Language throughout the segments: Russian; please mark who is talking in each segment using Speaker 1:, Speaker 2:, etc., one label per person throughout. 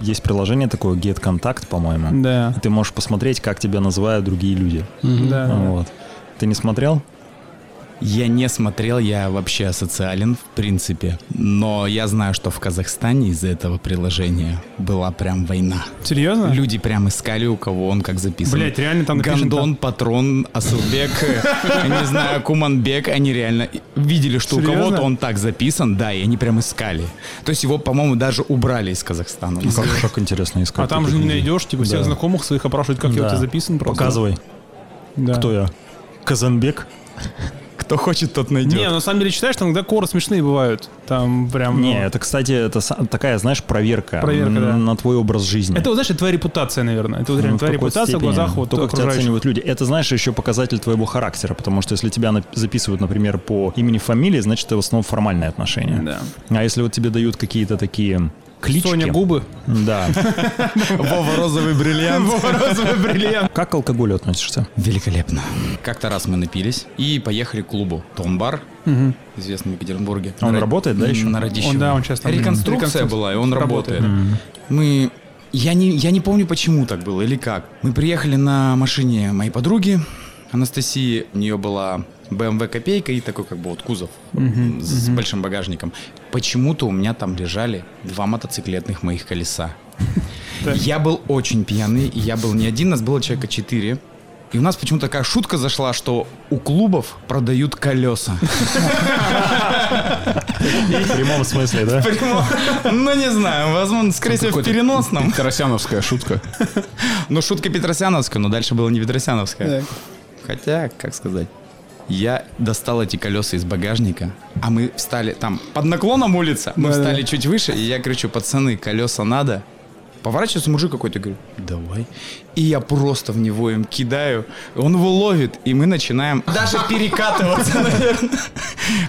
Speaker 1: Есть приложение такое Get Contact, по-моему.
Speaker 2: Да.
Speaker 1: И ты можешь посмотреть, как тебя называют другие люди.
Speaker 2: Да.
Speaker 1: Вот. Ты не смотрел?
Speaker 3: Я не смотрел, я вообще социален в принципе, но я знаю, что в Казахстане из-за этого приложения была прям война.
Speaker 1: А.
Speaker 2: Серьезно?
Speaker 3: Люди прям искали, у кого он как записан.
Speaker 2: Блять, реально там написано
Speaker 3: Гандон, Патрон, Асылбек, не знаю, Куманбек, они реально видели, что у
Speaker 2: Серьезно?
Speaker 3: кого-то он так записан, да, и они прям искали. То есть его, по-моему, даже убрали из Казахстана.
Speaker 1: Ну, Как, как интересно искать.
Speaker 2: А там
Speaker 1: таких
Speaker 2: же не
Speaker 1: людей.
Speaker 2: найдешь, типа, всех
Speaker 1: Да.
Speaker 2: знакомых своих опрашивать, как я у
Speaker 1: Да.
Speaker 2: тебя записан просто.
Speaker 1: Показывай,
Speaker 2: Да.
Speaker 1: кто я. Казанбек?
Speaker 3: Кто хочет, тот
Speaker 2: Не,
Speaker 3: найдет.
Speaker 2: ну, на самом деле читаешь, там иногда коры смешные бывают. Там прям...
Speaker 1: Не,
Speaker 2: ну,
Speaker 1: это, кстати, это са- такая, знаешь, проверка,
Speaker 2: Проверка,
Speaker 1: н-
Speaker 2: да.
Speaker 1: на твой образ жизни.
Speaker 2: Это, вот, знаешь, это твоя репутация, наверное. Это вот реально
Speaker 1: Ну, в
Speaker 2: твоя
Speaker 1: какой-то
Speaker 2: репутация в
Speaker 1: степени.
Speaker 2: глазах вот
Speaker 1: То, как тебя
Speaker 2: окружающих.
Speaker 1: оценивают люди. Это, знаешь, еще показатель твоего характера, потому что если тебя нап- записывают, например, по имени, фамилии, значит, это в основном формальные отношения.
Speaker 2: Да.
Speaker 1: А если вот тебе дают какие-то такие клички...
Speaker 2: Соня губы.
Speaker 1: Да.
Speaker 3: Вова розовый бриллиант.
Speaker 2: Розовый бриллиант.
Speaker 1: Как к алкоголю относишься?
Speaker 3: Великолепно. Как-то раз мы напились и поехали к клубу Томбар, известный в Екатеринбурге.
Speaker 1: Он
Speaker 3: На Ра-
Speaker 1: работает, да, еще?
Speaker 3: На Радищево.
Speaker 2: Он, да, он сейчас там-
Speaker 3: Реконструкция
Speaker 2: Реконструкция.
Speaker 3: была, и он
Speaker 2: Работает.
Speaker 3: работает. Мы... Я не, я не помню, почему так было или как. Мы приехали на машине моей подруги Анастасии. У нее была BMW копейка и такой как бы вот кузов м, с, с большим багажником. Почему-то у меня там лежали два мотоциклетных моих колеса. Я был очень пьяный, и я был не один, нас было человека четыре. И у нас почему-то такая шутка зашла, что у клубов продают колеса.
Speaker 1: В прямом смысле, да?
Speaker 3: Прямо, Ну, не знаю, возможно, скорее всего, в
Speaker 4: Какой-то
Speaker 3: переносном.
Speaker 4: Тарасяновская шутка.
Speaker 3: Ну, шутка Петросяновская, но дальше было не Петросяновская. Хотя, как сказать. Я достал эти колеса из багажника, а мы встали там под наклоном улица, мы
Speaker 2: Да-да-да.
Speaker 3: встали чуть выше, и я кричу, пацаны, колеса надо. Поворачивается мужик какой-то, говорю, давай. И я просто в него им кидаю, он его ловит, и мы начинаем даже перекатываться, наверное.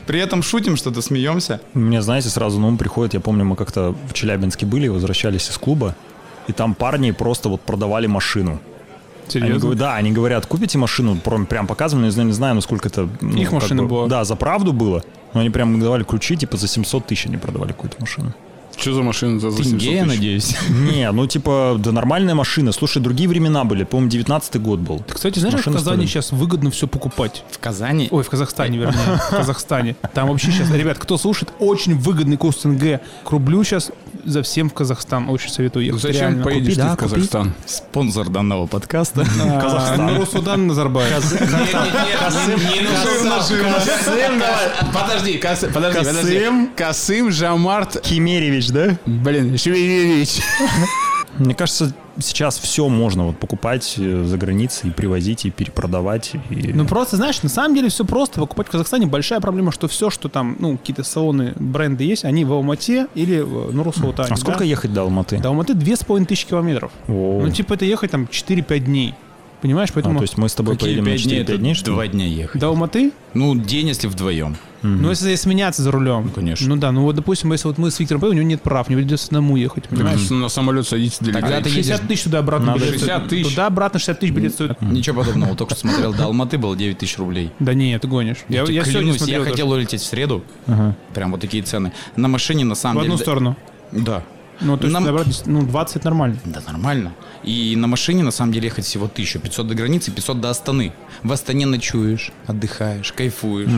Speaker 3: При этом шутим что-то, смеемся.
Speaker 1: Мне, знаете, сразу на ум приходит, я помню, мы как-то в Челябинске были, возвращались из клуба, и там парни просто вот продавали машину. Они
Speaker 2: Серьезно?
Speaker 1: говорят, да, они говорят, купите машину, прям, прям показывали, но я не знаю, насколько это... ну,
Speaker 2: Их
Speaker 1: как
Speaker 2: машина
Speaker 1: бы-
Speaker 2: была.
Speaker 1: Да, за правду было, но они прям давали ключи, типа за 700 тысяч они продавали какую-то машину.
Speaker 4: Что за машина за за 700
Speaker 3: Тенге, я
Speaker 4: тысяч?
Speaker 3: надеюсь.
Speaker 1: Не, ну типа, да нормальная машина, слушай, другие времена были, по-моему, 19 год был.
Speaker 2: Кстати, знаешь,
Speaker 1: Машина
Speaker 2: в Казани
Speaker 1: стоит.
Speaker 2: сейчас выгодно все покупать?
Speaker 3: В Казани
Speaker 2: Ой, в Казахстане, вернее. В Казахстане. Там вообще сейчас, ребят, кто слушает, очень выгодный курс ТНГ. К рублю сейчас за всем в Казахстан. Очень советую
Speaker 4: Ну
Speaker 2: ехать.
Speaker 4: зачем
Speaker 2: Реально.
Speaker 4: поедешь ты в Казахстан?
Speaker 3: спонсор данного подкаста.
Speaker 2: А,
Speaker 1: Казахстан.
Speaker 2: Ну, Русудан Назарбаев.
Speaker 4: Подожди, Касым, подожди, Касым? Касым Жамарт,
Speaker 1: Кемеревич, да?
Speaker 4: блин, Шевелевич.
Speaker 1: Мне кажется, сейчас все можно вот покупать э, за границей и привозить, и перепродавать. и-
Speaker 2: Ну просто, знаешь, на самом деле все просто. Покупать в Казахстане большая проблема, что все, что там, ну, какие-то салоны, бренды есть, они в Алмате или в э, Нур-Султане.
Speaker 1: а сколько ехать до Алматы?
Speaker 2: До Алматы 2500 тысячи километров.
Speaker 1: О.
Speaker 2: Ну, типа, ну, это ехать там 4-5 дней. Понимаешь,
Speaker 1: А,
Speaker 2: поэтому...
Speaker 1: то есть мы с тобой
Speaker 3: Какие
Speaker 1: поедем на
Speaker 3: пять дней?
Speaker 1: 4-5
Speaker 3: Это
Speaker 1: дней, что ли?
Speaker 3: Два дня ехать.
Speaker 2: До Алматы?
Speaker 3: Ну, день, если вдвоем.
Speaker 2: Ну, если сменяться за рулем. Ну,
Speaker 3: конечно.
Speaker 2: Ну да, ну вот, допустим, если вот мы с Виктором П, у него нет прав, не придется одному ехать, понимаешь?
Speaker 4: Конечно, на самолет садитесь
Speaker 3: Тогда
Speaker 4: далеко.
Speaker 3: ты
Speaker 2: 60
Speaker 3: едешь...
Speaker 2: тысяч туда-обратно
Speaker 1: Надо
Speaker 2: билет
Speaker 4: 60
Speaker 2: стоит.
Speaker 4: тысяч.
Speaker 2: Туда-обратно 60 тысяч билет стоит.
Speaker 3: Ничего подобного. Только что смотрел, до Алматы было 9 тысяч рублей.
Speaker 2: Да не, ты гонишь. Я,
Speaker 3: тебе
Speaker 2: я сегодня
Speaker 3: клянусь,
Speaker 2: смотрел
Speaker 3: я
Speaker 2: тоже.
Speaker 3: хотел улететь в среду. Прям вот такие цены. На машине, на
Speaker 2: в
Speaker 3: самом деле...
Speaker 2: одну
Speaker 3: да-
Speaker 2: сторону.
Speaker 3: Да.
Speaker 2: Ну, то есть,
Speaker 3: Нам-
Speaker 2: туда-обратно, ну, 20 нормально.
Speaker 3: Да нормально. И на машине, на самом деле, ехать всего 1500 до границы, 500 до Астаны. В Астане ночуешь, отдыхаешь, кайфуешь,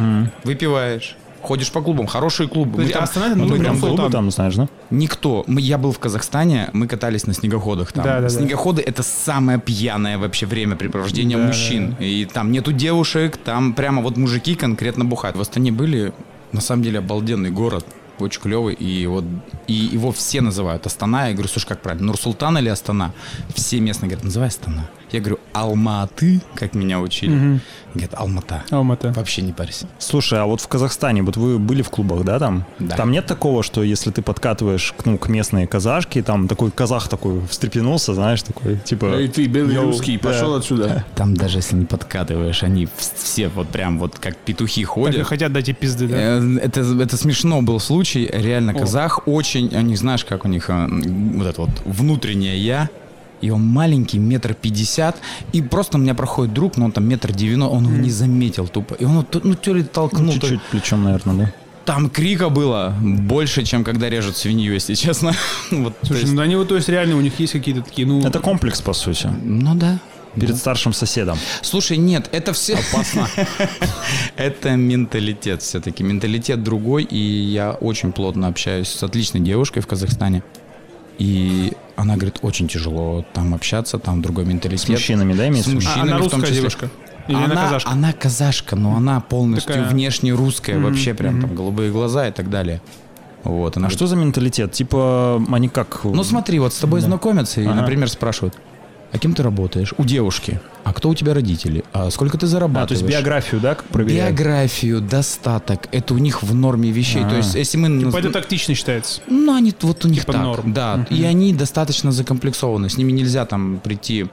Speaker 3: выпиваешь. Ходишь по клубам, хорошие клубы.
Speaker 2: Подожди,
Speaker 3: Мы там-
Speaker 2: а Астана это
Speaker 3: мы
Speaker 2: Нур-
Speaker 3: прям
Speaker 1: Прям
Speaker 2: Нур-Султан.
Speaker 1: клубы там, знаешь, да?
Speaker 3: Никто. Мы, я был в Казахстане, мы катались на снегоходах там.
Speaker 2: Да, да, да.
Speaker 3: Снегоходы это самое пьяное вообще времяпрепровождение мужчин. И там нету девушек, там прямо вот мужики конкретно бухают. В Астане были, на самом деле, обалденный город. Очень клевый, и вот и его все называют Астана. Я говорю, слушай, как правильно, Нур-Султан или Астана? Все местные говорят, называй Астана. Я говорю, Алматы, как меня учили. Говорят, Алмата.
Speaker 2: Алматы.
Speaker 3: Вообще не парься.
Speaker 1: Слушай, а вот в Казахстане, вот вы были в клубах, да, там?
Speaker 3: Да.
Speaker 1: Там нет такого, что если ты подкатываешь к, ну, к местной казашке, там такой казах такой встрепенулся, знаешь, такой, типа...
Speaker 4: Ну И ты белый
Speaker 1: «Йоу,
Speaker 4: русский,
Speaker 1: да».
Speaker 4: пошел отсюда.
Speaker 3: Там даже если не подкатываешь, они вс- все вот прям вот как петухи
Speaker 2: Так
Speaker 3: ходят.
Speaker 2: и хотят дать и пизды, да?
Speaker 3: Э, Это, это смешно был случай. Реально, казах очень... Они, знаешь, как у них э, вот это вот внутреннее «я». И он маленький, метр пятьдесят. И просто у меня проходит друг, но он там метр девяносто. Он его не заметил тупо. И он вот, ну, то ли толкнул.
Speaker 1: Ну,
Speaker 3: то ли-
Speaker 1: чуть-чуть плечом, наверное, да?
Speaker 3: Там крика было больше, чем когда режут свинью, если честно. Вот, то
Speaker 2: Слушай,
Speaker 3: есть-
Speaker 2: ну они вот, то есть реально у них есть какие-то такие, ну...
Speaker 1: Это комплекс, по сути.
Speaker 3: ну да.
Speaker 1: Перед старшим соседом.
Speaker 3: Слушай, нет, это все... Опасно. это менталитет все-таки. Менталитет другой, и я очень плотно общаюсь с отличной девушкой в Казахстане. И она говорит, очень тяжело там общаться, там другой менталитет.
Speaker 1: С мужчинами, да, имеется в виду?
Speaker 3: мужчинами.
Speaker 2: а, она
Speaker 3: в том
Speaker 2: русская
Speaker 3: числе.
Speaker 2: девушка? Или она, казашка?
Speaker 3: Она а, казашка, но она полностью
Speaker 2: Такая.
Speaker 3: внешне русская вообще, прям там голубые глаза и так далее. Вот, она
Speaker 1: А
Speaker 3: что?
Speaker 1: что за менталитет? Типа, они как...
Speaker 3: Ну смотри, вот с тобой знакомятся и,
Speaker 1: Ага.
Speaker 3: например, спрашивают, а кем ты работаешь? У девушки. А кто у тебя родители? А сколько ты
Speaker 1: а,
Speaker 3: зарабатываешь?
Speaker 1: то есть биографию, да, как проверяют?
Speaker 3: Биографию, достаток, это у них в норме вещей. То есть, если мы... наз-
Speaker 2: Типа это тактично считается.
Speaker 3: Ну, они вот у них
Speaker 2: Типа
Speaker 3: так.
Speaker 2: норм.
Speaker 3: Да, и они достаточно закомплексованы. С ними нельзя там прийти...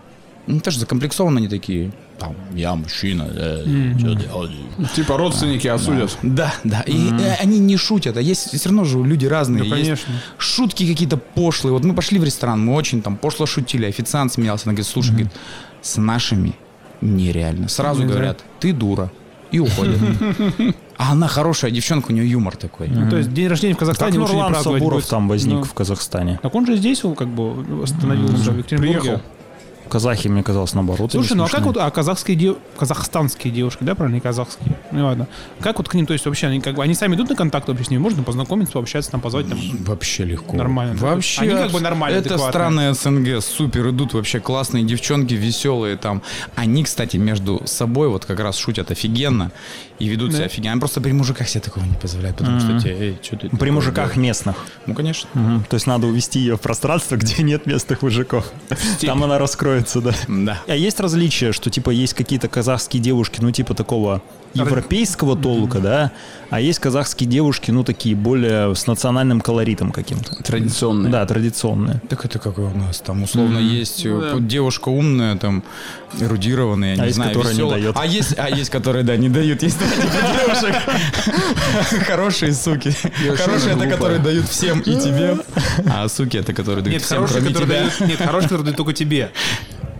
Speaker 3: Ну, тоже закомплексованы они такие. Там, я мужчина, э, чё делать?
Speaker 4: Типа родственники осудят.
Speaker 3: Да, да. И э, они не шутят, а есть все равно же люди разные.
Speaker 2: Да,
Speaker 3: Ну, есть
Speaker 2: Ну, конечно.
Speaker 3: Шутки какие-то пошлые. Вот мы пошли в ресторан, мы очень там пошло шутили, официант смеялся, она говорит, слушай, говорит, с нашими нереально. Сразу
Speaker 2: Нельзя.
Speaker 3: говорят, ты дура. И уходит. А она хорошая девчонка, у нее юмор такой.
Speaker 2: Ну, то есть день рождения в
Speaker 1: Как
Speaker 2: Казахстане лучше не
Speaker 1: Нурлан
Speaker 2: праздновать
Speaker 1: Сабуров
Speaker 2: будет.
Speaker 1: там возник
Speaker 2: Ну.
Speaker 1: в Казахстане?
Speaker 2: Так он же здесь, он как бы остановился в Екатеринбурге.
Speaker 4: Приехал.
Speaker 1: Казахи, мне казалось, наоборот.
Speaker 2: Слушай,
Speaker 1: они
Speaker 2: ну а как
Speaker 1: смешные.
Speaker 2: вот а казахские дев- казахстанские девушки, да, правильно, не казахские? Ну ладно. Как вот к ним, то есть вообще они как бы они сами идут на контакт вообще с ними, можно познакомиться, пообщаться, там позвать там.
Speaker 3: Вообще легко.
Speaker 2: Нормально, да?
Speaker 3: Вообще.
Speaker 2: Они как бы нормально,
Speaker 3: Это
Speaker 2: адекватно.
Speaker 3: страны СНГ, супер идут вообще классные девчонки, веселые там. Они, кстати, между собой вот как раз шутят офигенно и ведут себя офигенно. Они просто при мужиках себе такого не позволяют, потому что тебе, эй, что ты...
Speaker 1: При
Speaker 3: такое
Speaker 1: мужиках
Speaker 3: делаешь?»
Speaker 1: местных.
Speaker 3: Ну, конечно.
Speaker 1: Мгм. То есть надо увести ее в пространство, где нет местных мужиков. Там она раскроется, да.
Speaker 3: Да.
Speaker 1: А есть различия, что типа есть какие-то казахские девушки, ну типа такого европейского толка, да, а есть казахские девушки, ну такие более с национальным колоритом каким-то.
Speaker 4: Традиционные.
Speaker 1: Да, традиционные.
Speaker 3: Так это какой у нас там условно есть э,
Speaker 2: Ну
Speaker 3: п- девушка умная там эрудированная, я не
Speaker 1: есть,
Speaker 3: знаю,
Speaker 1: которая не
Speaker 3: весёлая.
Speaker 1: даёт.
Speaker 3: А есть, а есть, которые да не дают. Есть два типа девушек. Хорошие суки. Хорошие это которые дают всем и тебе, а суки это которые дают
Speaker 2: Нет,
Speaker 3: всем
Speaker 2: хорошие,
Speaker 3: кроме
Speaker 2: которые
Speaker 3: тебя.
Speaker 2: дают, нет, хорошие, которые дают только тебе.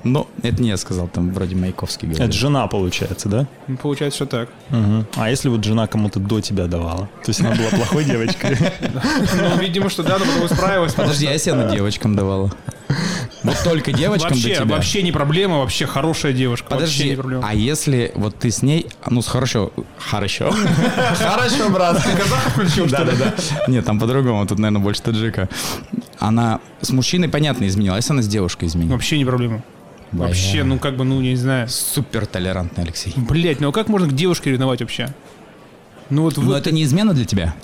Speaker 3: Но это не я сказал, там вроде Маяковский
Speaker 1: Это
Speaker 3: говорит.
Speaker 1: жена, получается, да?
Speaker 2: Ну, Получается, что так.
Speaker 1: Мгм. А если вот жена кому-то до тебя давала? То есть она была плохой девочкой?
Speaker 2: Ну, видимо, что да, но потом исправилась.
Speaker 3: Подожди, а если она девочкам давала? Вот только девочкам до
Speaker 2: Вообще,
Speaker 3: тебя.
Speaker 2: вообще не проблема, вообще хорошая девушка. Вообще
Speaker 3: Подожди,
Speaker 2: не проблема.
Speaker 3: а если вот ты с ней, ну, с хорошо, хорошо, хорошо, брат, ты казах включил, да, да, да. Нет, там по-другому, тут, наверное, больше таджика. Она с мужчиной, понятно, изменила, а если она с девушкой изменила?
Speaker 2: Вообще не проблема. Вообще, ну как бы, ну, я не знаю.
Speaker 3: Супер толерантный, Алексей.
Speaker 2: Блять, ну а как можно к девушке ревновать вообще? Ну вот
Speaker 3: Но
Speaker 1: а
Speaker 2: вы-
Speaker 3: это не измена для тебя?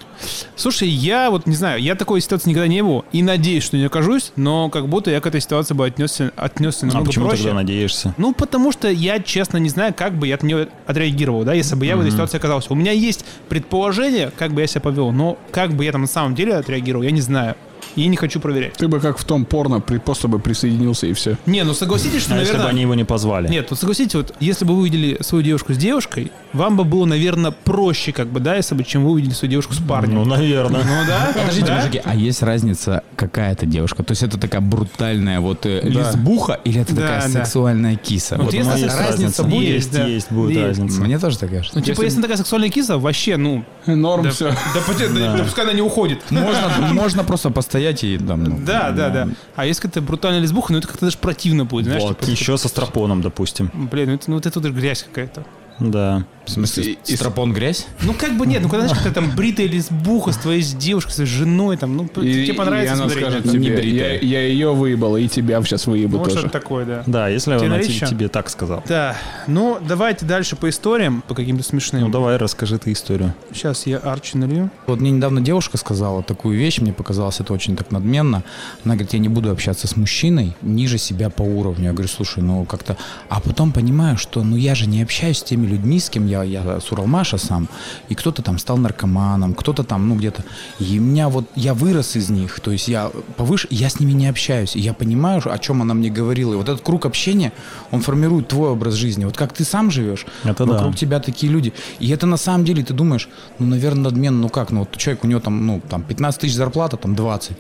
Speaker 2: Слушай, я вот не знаю, я такой ситуации никогда не был и надеюсь, что не окажусь, но как будто я к этой ситуации бы отнесся, отнесся
Speaker 1: А
Speaker 2: намного
Speaker 1: почему
Speaker 2: Ну, проще.
Speaker 1: тогда надеешься?
Speaker 2: Ну, потому что я, честно, не знаю, как бы я от нее отреагировал, да, если бы я в этой ситуации оказался. У меня есть предположение, как бы я себя повел, но как бы я там на самом деле отреагировал, я не знаю. И не хочу проверять.
Speaker 4: Ты бы как в том порно при- просто бы присоединился и все.
Speaker 2: Не, ну согласитесь, что,
Speaker 1: А если бы
Speaker 2: наверное...
Speaker 1: они его не позвали?
Speaker 2: Нет, ну согласитесь, вот если бы вы увидели свою девушку с девушкой, вам бы было, наверное, проще, как бы, да, если бы, чем вы увидели свою девушку с парнем.
Speaker 1: Ну, наверное.
Speaker 2: Ну да?
Speaker 3: Подождите,
Speaker 2: да?
Speaker 3: мужики, а есть разница, какая это девушка? То есть это такая брутальная вот э, лесбуха или это
Speaker 2: Да,
Speaker 3: такая
Speaker 2: да.
Speaker 3: сексуальная киса?
Speaker 2: Вот
Speaker 3: Вот
Speaker 2: если
Speaker 1: Ну,
Speaker 2: есть
Speaker 1: есть
Speaker 2: разница,
Speaker 1: будет.
Speaker 2: будет,
Speaker 1: Есть,
Speaker 2: да.
Speaker 1: есть, будет
Speaker 2: Есть.
Speaker 1: разница.
Speaker 3: Мне тоже так кажется.
Speaker 2: Ну, типа, если она такая сексуальная киса, вообще, ну,
Speaker 4: Норм
Speaker 2: да,
Speaker 4: все.
Speaker 2: да поте- да пускай она не уходит.
Speaker 3: Можно, можно просто постоять и там... ну,
Speaker 2: Да, да, да. А если какая-то брутальная лесбуха, ну это как-то даже противно будет, знаешь?
Speaker 1: Вот,
Speaker 2: типа,
Speaker 1: еще со стропоном, допустим.
Speaker 2: Блин, ну это, ну, вот это вот грязь какая-то.
Speaker 1: Да.
Speaker 3: В смысле,
Speaker 4: И- и-
Speaker 3: стропон грязь?
Speaker 2: Ну как бы нет, ну когда знаешь, какая там бритая лесбуха с твоей девушкой, с женой, там, ну
Speaker 4: И-
Speaker 2: тебе понравится
Speaker 4: и она
Speaker 2: смотреть на
Speaker 4: скажет
Speaker 2: это.
Speaker 3: Не
Speaker 4: тебе, я,
Speaker 3: бритая.
Speaker 4: я ее выебала, и тебя сейчас
Speaker 2: Ну,
Speaker 4: выебу
Speaker 2: вот
Speaker 4: тоже.
Speaker 2: что-то такое, да.
Speaker 1: Да, если она те-
Speaker 2: наличие?
Speaker 1: тебе так сказала.
Speaker 2: Да, ну давайте дальше по историям, по каким-то смешным.
Speaker 1: Ну давай, расскажи ты историю.
Speaker 2: Сейчас я арчи налью.
Speaker 3: Вот мне недавно девушка сказала такую вещь, мне показалось это очень так надменно. Она говорит, я не буду общаться с мужчиной ниже себя по уровню. Я говорю, слушай, ну как-то... А потом понимаю, что ну я же не общаюсь с теми людьми, с кем я, я с Уралмаша сам. И кто-то там стал наркоманом, кто-то там, ну где-то... И у меня вот... Я вырос из них, то есть я повыше... Я с ними не общаюсь. И я понимаю, о чем она мне говорила. И вот этот круг общения, он формирует твой образ жизни. Вот как ты сам живешь,
Speaker 1: Это
Speaker 3: вокруг
Speaker 1: да.
Speaker 3: тебя такие люди. И это на самом деле, ты думаешь, ну, наверное, надмен, ну как, ну вот человек, у него там, ну, там 15 тысяч зарплата, там 20.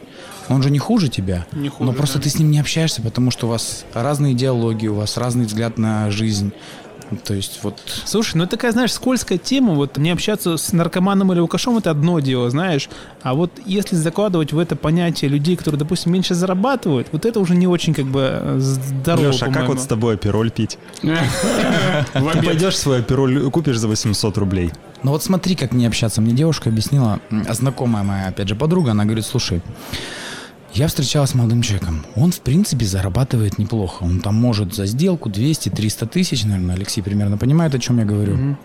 Speaker 3: Он же не хуже тебя.
Speaker 2: Не хуже,
Speaker 3: Но просто
Speaker 2: да.
Speaker 3: ты с ним не общаешься, потому что у вас разные идеологии, у вас разный взгляд на жизнь. То есть вот...
Speaker 2: Слушай, ну это такая, знаешь, скользкая тема. Вот не общаться с наркоманом или алкашом это одно дело, знаешь. А вот если закладывать в это понятие людей, которые, допустим, меньше зарабатывают, вот это уже не очень как бы э, здорово,
Speaker 1: Леша, а как
Speaker 2: по-моему.
Speaker 1: вот с тобой апероль пить?
Speaker 4: В
Speaker 1: Ты
Speaker 4: обед.
Speaker 1: пойдешь свой апероль, купишь за 800 рублей.
Speaker 3: Ну вот смотри, как мне общаться. Мне девушка объяснила, м, а знакомая моя, опять же, подруга, она говорит, слушай, я встречалась с молодым человеком. Он, в принципе, зарабатывает неплохо. Он там может за сделку 200-300 тысяч, наверное, Алексей примерно понимает, о чем я говорю.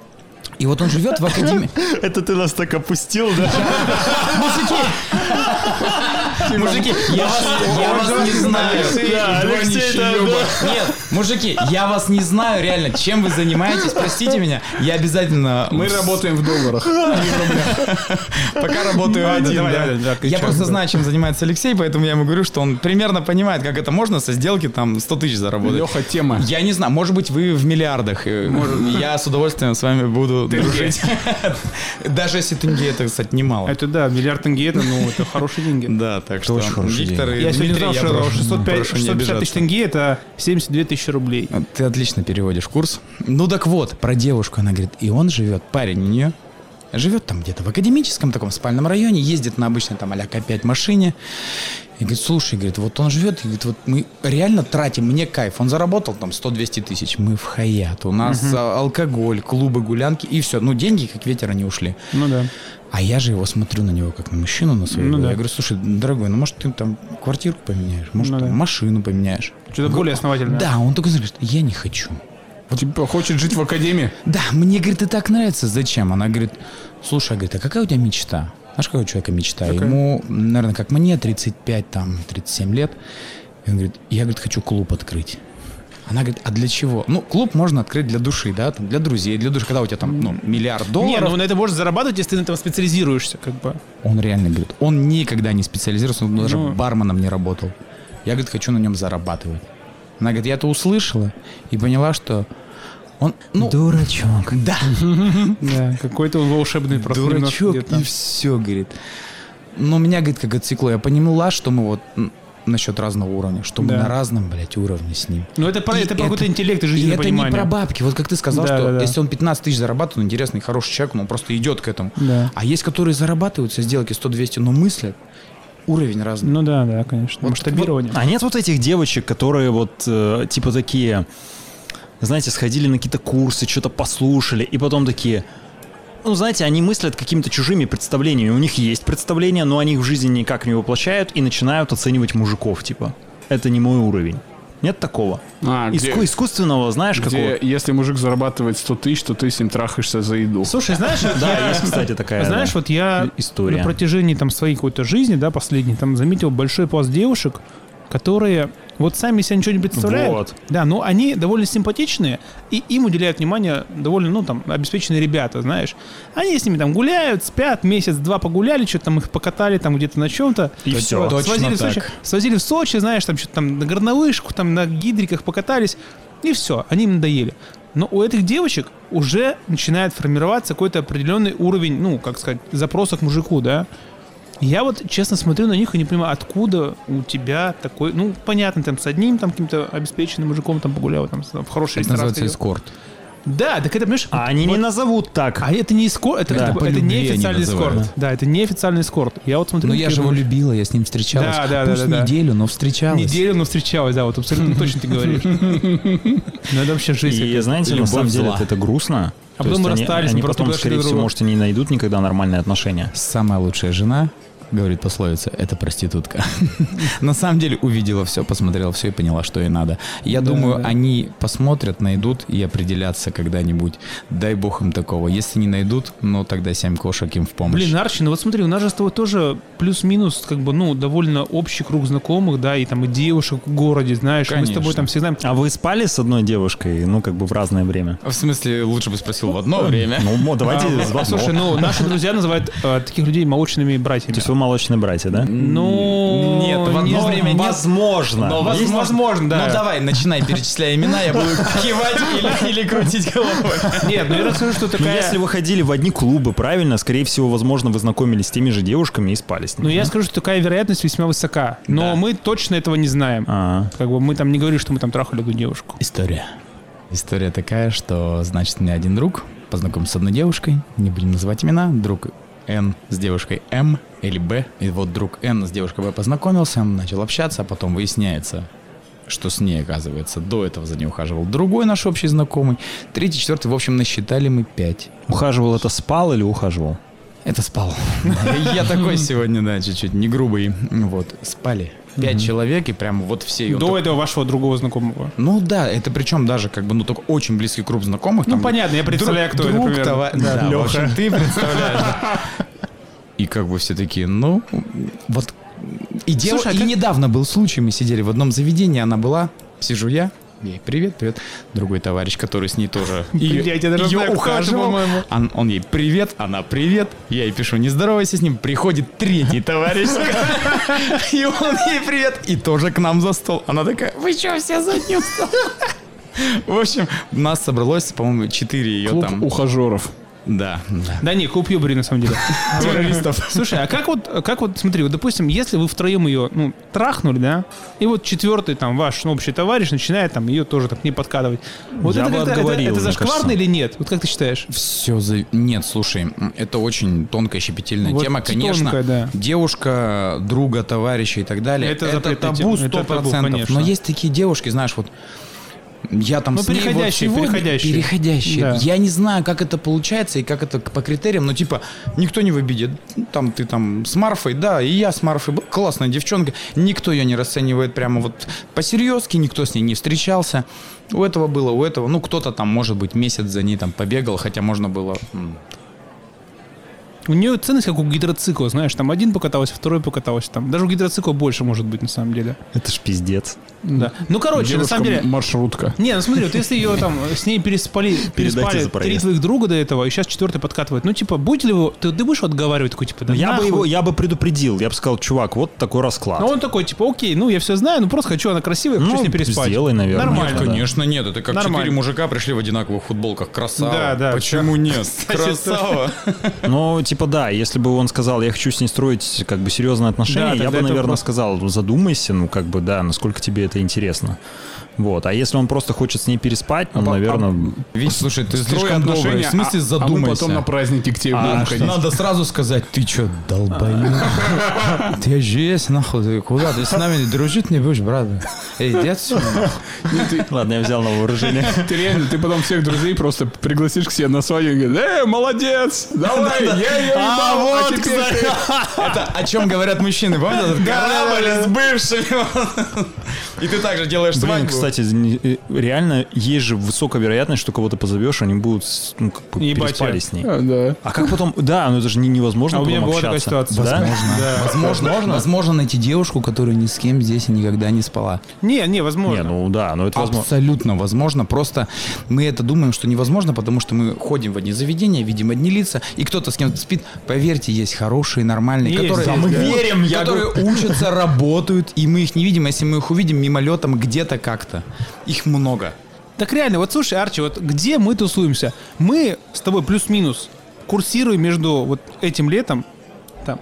Speaker 3: И вот он живет в академии.
Speaker 1: Это ты нас так опустил, да?
Speaker 3: Мужики, я вас, я вас не знаю.
Speaker 1: Да, Алексей, да,
Speaker 3: Нет, мужики, я вас не знаю реально, чем вы занимаетесь, простите меня. Я обязательно...
Speaker 4: Мы работаем в долларах.
Speaker 3: Пока работаю Ну, один,
Speaker 2: давай,
Speaker 3: да.
Speaker 2: давай, да, кричал,
Speaker 3: Я просто
Speaker 2: да.
Speaker 3: знаю, чем занимается Алексей, поэтому я ему говорю, что он примерно понимает, как это можно со сделки там 100 тысяч заработать.
Speaker 4: Леха, тема.
Speaker 3: Я не знаю, может быть, вы в миллиардах. э, Я с удовольствием с вами буду дружить. Даже если тенге, это, кстати, немало.
Speaker 2: Это да, миллиард тенге, это, ну, это хорошие деньги.
Speaker 3: Да, так что,
Speaker 1: очень хорошие
Speaker 3: Виктор и
Speaker 2: Я ну, сегодня
Speaker 3: Дмитрий,
Speaker 2: знал,
Speaker 3: я
Speaker 2: что
Speaker 3: прошу-
Speaker 2: 605,
Speaker 3: прошу не
Speaker 2: 650 тысяч
Speaker 3: обижаться.
Speaker 2: тенге это 72 тысячи рублей.
Speaker 3: Ты отлично переводишь курс. Ну так вот, про девушку она говорит, и он живет, парень у нее, живет там где-то в академическом таком спальном районе, ездит на обычной там а-ля К5 машине. И говорит, слушай, говорит, вот он живет, и говорит, вот мы реально тратим, мне кайф. Он заработал там 100-200 тысяч, мы в хаят, у нас а, алкоголь, клубы, гулянки, и все. Ну, деньги как ветер, они ушли.
Speaker 2: Ну да.
Speaker 3: А я же его смотрю на него, как на мужчину на своего.
Speaker 2: Ну да.
Speaker 3: Я говорю, слушай, дорогой, ну может ты там квартирку поменяешь, может
Speaker 2: Ну
Speaker 3: там
Speaker 2: да.
Speaker 3: машину поменяешь.
Speaker 2: Что-то более основательное.
Speaker 3: Да, он такой говорит, я не хочу.
Speaker 4: Типа, хочет жить в академии.
Speaker 3: Да, мне, говорит, и так нравится, зачем? Она говорит, слушай, а, говорит, а какая у тебя мечта? Знаешь, какая у человека мечта? Ему, наверное, как мне, 35, там, 37 лет. И он говорит, я, говорит, хочу клуб открыть. Она говорит, а для чего? Ну, клуб можно открыть для души, да, там, для друзей, для души, когда у тебя там, ну, миллиард
Speaker 2: Не,
Speaker 3: долларов.
Speaker 2: ну на это можно зарабатывать, если ты на этом специализируешься, как бы.
Speaker 3: Он реально, говорит, он никогда не специализировался, он даже
Speaker 2: Ну.
Speaker 3: барменом не работал. Я, говорит, хочу на нем зарабатывать. Она говорит, я это услышала и поняла, что он, ну... Дурачок. Да.
Speaker 2: Да, какой-то он волшебный просто немножко
Speaker 3: дурачок
Speaker 2: где-то.
Speaker 3: и все, говорит. Но меня, говорит, как отсекло. Я поняла, что мы вот м, насчет разного уровня, что мы
Speaker 2: Да.
Speaker 3: на разном, блядь, уровне с ним.
Speaker 2: Ну это, про-
Speaker 3: И
Speaker 2: это про
Speaker 3: это-
Speaker 2: какой-то интеллект и
Speaker 3: И
Speaker 2: жизненное
Speaker 3: это не про
Speaker 2: понимание.
Speaker 3: бабки. Вот как ты сказал,
Speaker 2: Да,
Speaker 3: что
Speaker 2: да, да.
Speaker 3: если он 15 тысяч зарабатывает, он интересный, хороший человек, он просто идет к этому.
Speaker 2: Да.
Speaker 3: А есть, которые зарабатывают со сделки 100-200, но мыслят, уровень разный.
Speaker 2: Ну да, да, конечно. Масштабирование.
Speaker 1: А нет вот этих девочек, которые вот э, типа такие, знаете, сходили на какие-то курсы, что-то послушали, и потом такие, ну, знаете, они мыслят какими-то чужими представлениями. У них есть представления, но они их в жизни никак не воплощают и начинают оценивать мужиков, типа. Это не мой уровень. Нет такого.
Speaker 4: А,
Speaker 1: Иску- искусственного, знаешь,
Speaker 4: где,
Speaker 1: какого?
Speaker 4: если мужик зарабатывает 100 тысяч, то ты с ним трахаешься за еду.
Speaker 2: Слушай, знаешь, вот
Speaker 1: Да,
Speaker 2: я-
Speaker 1: есть, кстати, такая.
Speaker 2: знаешь,
Speaker 1: да.
Speaker 2: вот а, я
Speaker 1: история.
Speaker 2: на протяжении там своей какой-то жизни, да, последней, там заметил большой пласт девушек, которые вот сами себя ничего не представляют.
Speaker 1: Вот.
Speaker 2: Да, но они довольно симпатичные, и им уделяют внимание довольно, ну, там, обеспеченные ребята, знаешь. Они с ними там гуляют, спят, месяц-два погуляли, что-то там их покатали там где-то на чем-то.
Speaker 1: И
Speaker 3: То-
Speaker 1: все.
Speaker 3: то- Точно
Speaker 2: свозили,
Speaker 3: так.
Speaker 2: В Сочи, свозили в Сочи, знаешь, там что-то там на горнолыжку, там на гидриках покатались, и все, они им надоели. Но у этих девочек уже начинает формироваться какой-то определенный уровень, ну, как сказать, запроса к мужику, да. Я вот честно смотрю на них и не понимаю, откуда у тебя такой, ну, понятно, там с одним там каким-то обеспеченным мужиком там погулял, там, с- в хороший
Speaker 3: Это
Speaker 2: ресторан.
Speaker 3: называется
Speaker 2: сходил.
Speaker 3: эскорт.
Speaker 2: Да, так это, понимаешь,
Speaker 1: А они не назовут так.
Speaker 2: а это не эскорт, это,
Speaker 1: Да,
Speaker 2: это,
Speaker 3: по
Speaker 2: это
Speaker 3: любви
Speaker 2: не
Speaker 3: они
Speaker 2: официальный
Speaker 3: называют.
Speaker 2: эскорт. Да, это не официальный эскорт. Я вот смотрю.
Speaker 3: Ну я
Speaker 2: и
Speaker 3: же его
Speaker 2: думаю,
Speaker 3: любила, я с ним встречалась.
Speaker 2: Да, да, да,
Speaker 3: Пусть
Speaker 2: да, да.
Speaker 3: неделю, но встречалась.
Speaker 2: Неделю, но встречалась, да, вот абсолютно точно ты говоришь. Ну это вообще жесть.
Speaker 1: И
Speaker 2: какая-то.
Speaker 1: знаете, на
Speaker 3: любовь
Speaker 1: самом деле
Speaker 3: зла.
Speaker 1: это грустно.
Speaker 2: А
Speaker 1: То
Speaker 2: потом
Speaker 1: есть
Speaker 2: мы
Speaker 1: они-
Speaker 2: расстались,
Speaker 1: Они
Speaker 2: мы просто
Speaker 1: потом,
Speaker 2: подошли
Speaker 1: скорее
Speaker 2: друг к
Speaker 1: всего,
Speaker 2: другу.
Speaker 1: может, и не найдут никогда нормальные отношения.
Speaker 3: Самая лучшая жена, говорит пословица, это проститутка. На самом деле увидела все, посмотрела все и поняла, что ей надо. Я
Speaker 2: Да,
Speaker 3: думаю,
Speaker 2: да.
Speaker 3: они посмотрят, найдут и определятся когда-нибудь. Дай бог им такого. Если не найдут, ну тогда семь кошек им в помощь.
Speaker 2: Блин, Арчи, ну вот смотри, у нас же с тобой тоже плюс-минус, как бы, ну, довольно общий круг знакомых, да, и там и девушек в городе, знаешь, мы с тобой
Speaker 3: Конечно.
Speaker 2: там все знаем.
Speaker 1: А вы спали с одной девушкой, ну, как бы в разное время?
Speaker 3: В смысле, лучше бы спросил в одно время.
Speaker 1: Ну, мо- давайте
Speaker 2: А,
Speaker 1: с вас-
Speaker 2: Слушай,
Speaker 1: ну,
Speaker 2: ну, наши друзья называют э, таких людей молочными братьями.
Speaker 1: То есть вы молочные братья, да?
Speaker 2: Ну,
Speaker 3: Нет, в
Speaker 2: не
Speaker 3: одно
Speaker 2: знаю.
Speaker 3: время нет.
Speaker 1: Возможно.
Speaker 3: Но
Speaker 2: есть ну, возможно, да.
Speaker 3: Ну давай, начинай, перечисляй имена, я буду кивать или, или крутить головой.
Speaker 2: Нет, ну я расскажу, что
Speaker 1: Ну,
Speaker 2: такая...
Speaker 1: если вы ходили в одни клубы, правильно, скорее всего, возможно, вы знакомились с теми же девушками и спали с
Speaker 2: Ну,
Speaker 1: ними.
Speaker 2: я скажу, что такая вероятность весьма высока. Но
Speaker 3: Да.
Speaker 2: мы точно этого не знаем.
Speaker 1: А,
Speaker 2: Как бы мы там не говорили, что мы там трахали одну девушку.
Speaker 3: История. История такая, что, значит, у меня один друг познакомился с одной девушкой, не будем называть имена, друг Н с девушкой М или Б, и вот друг Н с девушкой Б познакомился, начал общаться, а потом выясняется, что с ней, оказывается, до этого за ней ухаживал другой наш общий знакомый, третий, четвертый, в общем, насчитали мы пять.
Speaker 1: Ухаживал это спал или ухаживал?
Speaker 3: Это спал. Я такой сегодня, да, чуть-чуть не грубый. Вот, спали. Пять человек, и прям вот все. и он
Speaker 2: До
Speaker 3: такой,
Speaker 2: этого вашего другого знакомого.
Speaker 3: ну да, это причем даже как бы, ну только очень близкий круг знакомых.
Speaker 2: Ну,
Speaker 3: там,
Speaker 2: понятно, я представляю, кто это,
Speaker 3: друг,
Speaker 2: примерно.
Speaker 3: това- Да,
Speaker 2: Да,
Speaker 3: в
Speaker 2: Лёха.
Speaker 3: общем, ты представляешь. да. И как бы все такие, ну, вот. И, дев-
Speaker 2: Слушай, а
Speaker 3: и
Speaker 2: как-
Speaker 3: недавно был случай, мы сидели в одном заведении, она была, сижу я, ей привет, привет. Другой товарищ, который с ней тоже
Speaker 2: Блядь, я даже
Speaker 3: её
Speaker 2: знаю, кто это,
Speaker 3: ухаживал.
Speaker 2: по-моему.
Speaker 3: Он, он ей привет, она привет. Я ей пишу, не здоровайся с ним. Приходит третий товарищ. И он ей привет. И тоже к нам за стол. Она такая, вы что, все за одним столом?» В общем, нас собралось, по-моему, четыре ее
Speaker 4: Клуб
Speaker 3: там.
Speaker 4: ухажеров.
Speaker 3: Да, да.
Speaker 2: Да не, клуб юбри на самом деле.
Speaker 3: Террористов.
Speaker 2: Слушай, а как вот, как вот, смотри, вот допустим, если вы втроем ее, ну, трахнули, да, и вот четвертый там ваш ну, общий товарищ начинает там ее тоже так не подкатывать. Вот
Speaker 1: Я
Speaker 2: это,
Speaker 1: бы
Speaker 2: как-то- это,
Speaker 1: отговорил,
Speaker 2: это
Speaker 1: мне
Speaker 2: зашкварно
Speaker 1: кажется.
Speaker 2: или нет? Вот как ты считаешь?
Speaker 3: Все за... Нет, слушай, м, это очень тонкая, щепетильная
Speaker 2: Вот
Speaker 3: тема, конечно.
Speaker 2: тонкая, да.
Speaker 3: Девушка, друга, товарища и так далее.
Speaker 2: Это
Speaker 3: это
Speaker 2: запретная
Speaker 3: табу
Speaker 2: тема, это табу,
Speaker 3: 100%.
Speaker 2: конечно.
Speaker 3: Но есть такие девушки, знаешь, вот я там
Speaker 2: Ну,
Speaker 3: с ней вот
Speaker 2: переходящие,
Speaker 3: сегодня-
Speaker 2: переходящие.
Speaker 3: переходящие.
Speaker 2: Да.
Speaker 3: Я не знаю, как это получается и как это по критериям, но типа никто не в обиде. Там ты там с Марфой, да, и я с Марфой. был. Классная девчонка. Никто ее не расценивает прямо вот по-серьезки, никто с ней не встречался. У этого было, у этого. Ну, кто-то там, может быть, месяц за ней там побегал, хотя можно было... м,
Speaker 2: У нее ценность как у гидроцикла, знаешь, там один покатался, второй покатался, там даже у гидроцикла больше может быть на самом деле.
Speaker 1: Это ж пиздец.
Speaker 2: Да. Ну, короче, на
Speaker 4: Девушка
Speaker 2: самом деле.
Speaker 4: маршрутка.
Speaker 2: Не, ну смотри, вот если ее там с ней переспали, переспали
Speaker 1: за проезд.
Speaker 2: три твоих друга до этого, и сейчас четвертый подкатывает. Ну, типа, будете ли вы. Ты, ты будешь отговаривать такой, типа, да
Speaker 1: Ну, я бы
Speaker 2: нахуй.
Speaker 1: его, я бы предупредил, я бы сказал, чувак, вот такой расклад.
Speaker 2: А он такой, типа, окей, ну я все знаю, ну просто хочу, она красивая, хочу
Speaker 1: Ну,
Speaker 2: с ней переспать.
Speaker 1: сделай, наверное.
Speaker 2: Нормально.
Speaker 4: Ну
Speaker 1: Нет, Да.
Speaker 3: Конечно, нет. Это как
Speaker 2: Нормально.
Speaker 3: четыре мужика пришли в одинаковых футболках. Красава.
Speaker 2: Да, да.
Speaker 3: Почему нет?
Speaker 2: тоже.
Speaker 3: Красава.
Speaker 1: Ну, типа, да, если бы он сказал, я хочу с ней строить как бы серьезные
Speaker 2: Да,
Speaker 1: отношения,
Speaker 2: тогда
Speaker 1: я бы,
Speaker 2: это
Speaker 1: наверное,
Speaker 2: вопрос.
Speaker 1: сказал, задумайся, ну, как бы, да, насколько тебе это интересно. Вот. А если он просто хочет с ней переспать,
Speaker 2: А
Speaker 1: ну, наверное...
Speaker 3: Вить, слушай, ты
Speaker 4: Строй
Speaker 3: слишком добрый.
Speaker 4: отношения,
Speaker 3: В смысле
Speaker 4: а- А мы
Speaker 3: задумайся?
Speaker 4: потом на праздники к тебе будем ходить.
Speaker 3: А Надо сразу сказать, ты чё, долбоёб? Ты здесь, нахуй, ты куда? Ты с нами дружить не будешь, брат? Эй, иди отсюда, нахуй.
Speaker 1: Ладно, я взял на вооружение.
Speaker 4: Ты реально, ты потом всех друзей просто пригласишь к себе на свадьбу и говоришь, «Э, молодец, давай, я ее ебал, а теперь ты».
Speaker 3: Это о чем говорят мужчины, помните? этот Корабль с бывшими. И ты также делаешь
Speaker 1: Блин,
Speaker 3: свадьбу.
Speaker 1: кстати, не- э, реально, есть же высокая вероятность, что кого-то позовешь, они будут с- ну, как бы
Speaker 2: Ебать
Speaker 1: переспали
Speaker 2: я.
Speaker 1: с ней.
Speaker 4: А, Да.
Speaker 1: А как потом... Да, ну это же не- невозможно
Speaker 2: А у меня
Speaker 1: потом
Speaker 2: была такая
Speaker 1: общаться.
Speaker 2: ситуация.
Speaker 1: Да?
Speaker 3: Возможно, возможно найти девушку, которая ни с кем здесь и никогда не спала.
Speaker 2: Не, не,
Speaker 1: Не,
Speaker 2: возможно.
Speaker 1: ну да, но
Speaker 2: А
Speaker 1: это возможно.
Speaker 3: Абсолютно возможно. Просто мы это думаем, что невозможно, потому что мы ходим в одни заведения, видим одни лица, и кто-то с кем-то спит. Поверьте, есть хорошие, нормальные,
Speaker 2: Есть,
Speaker 3: которые,
Speaker 2: да, мы
Speaker 1: верим, я
Speaker 3: которые учатся, работают, и мы их не видим. А Если мы их увидим мимолетом где-то как-то, их много.
Speaker 2: Так реально, вот слушай, Арчи, вот где мы тусуемся? Мы с тобой плюс-минус курсируем между вот этим летом, там,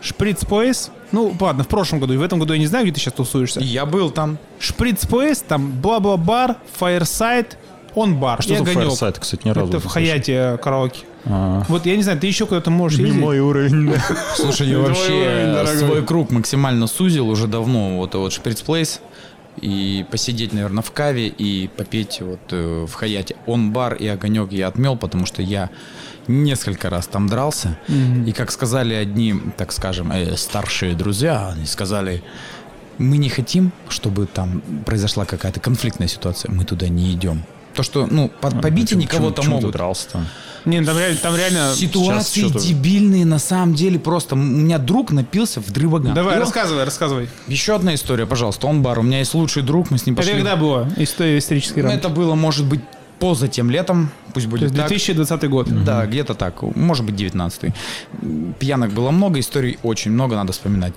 Speaker 2: Шприц-пояс, ну ладно, в прошлом году, и в этом году я не знаю, где ты сейчас тусуешься.
Speaker 3: И я был там.
Speaker 2: Шприц-пояс, там, бла-бла-бар, фаерсайд, он бар.
Speaker 1: А Что
Speaker 2: и
Speaker 1: за
Speaker 2: огонек.
Speaker 1: фаерсайт, кстати, ни разу
Speaker 2: Это
Speaker 1: не
Speaker 2: в
Speaker 1: слышал. А.
Speaker 2: Хаяте э, караоке. Вот я не знаю, ты еще куда-то можешь ездить?
Speaker 1: Мой уровень. да.
Speaker 3: Слушай, я
Speaker 4: Твой
Speaker 3: вообще
Speaker 4: уровень, дорогой.
Speaker 3: свой круг максимально сузил уже давно. Вот, вот шприцплейс. И посидеть, наверное, в каве и попеть вот э, в Хаяте. Он бар и огонек я отмел, потому что я несколько раз там дрался. И как сказали одни, так скажем, э, старшие друзья, они сказали, мы не хотим, чтобы там произошла какая-то конфликтная ситуация. Мы туда не идем. То, что, ну, под-
Speaker 4: А,
Speaker 3: побить они кого-то могут.
Speaker 1: дрался
Speaker 2: Не, там реально, там реально
Speaker 3: Ситуации
Speaker 1: сейчас что-то-
Speaker 3: дебильные на самом деле просто. У меня друг напился в дрыбога.
Speaker 2: Давай,
Speaker 3: И он-
Speaker 2: рассказывай, рассказывай.
Speaker 3: Еще одна история, пожалуйста. Он бар. У меня есть лучший друг, мы с ним
Speaker 2: Это
Speaker 3: пошли.
Speaker 2: когда было? История исторический
Speaker 3: Ну,
Speaker 2: рамки.
Speaker 3: это было, может быть, поза тем летом. Пусть
Speaker 2: То
Speaker 3: будет
Speaker 2: есть
Speaker 3: так.
Speaker 2: 2020 год.
Speaker 3: Да, где-то так. Может быть, 19 Пьянок было много, историй очень много, надо вспоминать.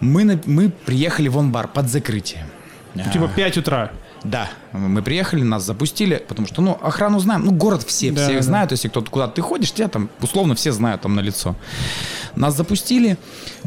Speaker 3: Мы, на- мы приехали в он бар под закрытие.
Speaker 2: Ну, Типа 5 утра.
Speaker 3: Да, мы приехали, нас запустили, потому что, ну, охрану знаем, ну, город все,
Speaker 2: Да,
Speaker 3: все их
Speaker 2: да.
Speaker 3: знают, если кто-то куда-то ты ходишь, тебя там, условно, все знают там на лицо. Нас запустили,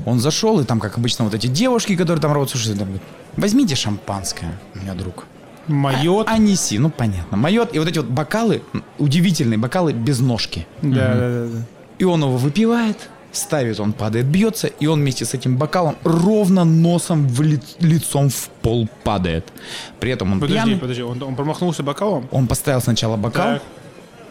Speaker 3: он зашел, и там, как обычно, вот эти девушки, которые там работают, слушай, там, говорит, возьмите шампанское, у меня друг.
Speaker 2: Майот.
Speaker 3: Аниси, ну понятно. Майот. И вот эти вот бокалы, м, удивительные бокалы без ножки.
Speaker 2: Да, да, да, да.
Speaker 3: И он его выпивает, ставит, он падает, бьется, и он вместе с этим бокалом ровно носом в ли- лицом в пол падает. При этом он
Speaker 2: Подожди,
Speaker 3: пьяный.
Speaker 2: подожди, он, он промахнулся бокалом?
Speaker 3: Он поставил сначала бокал,
Speaker 2: Так.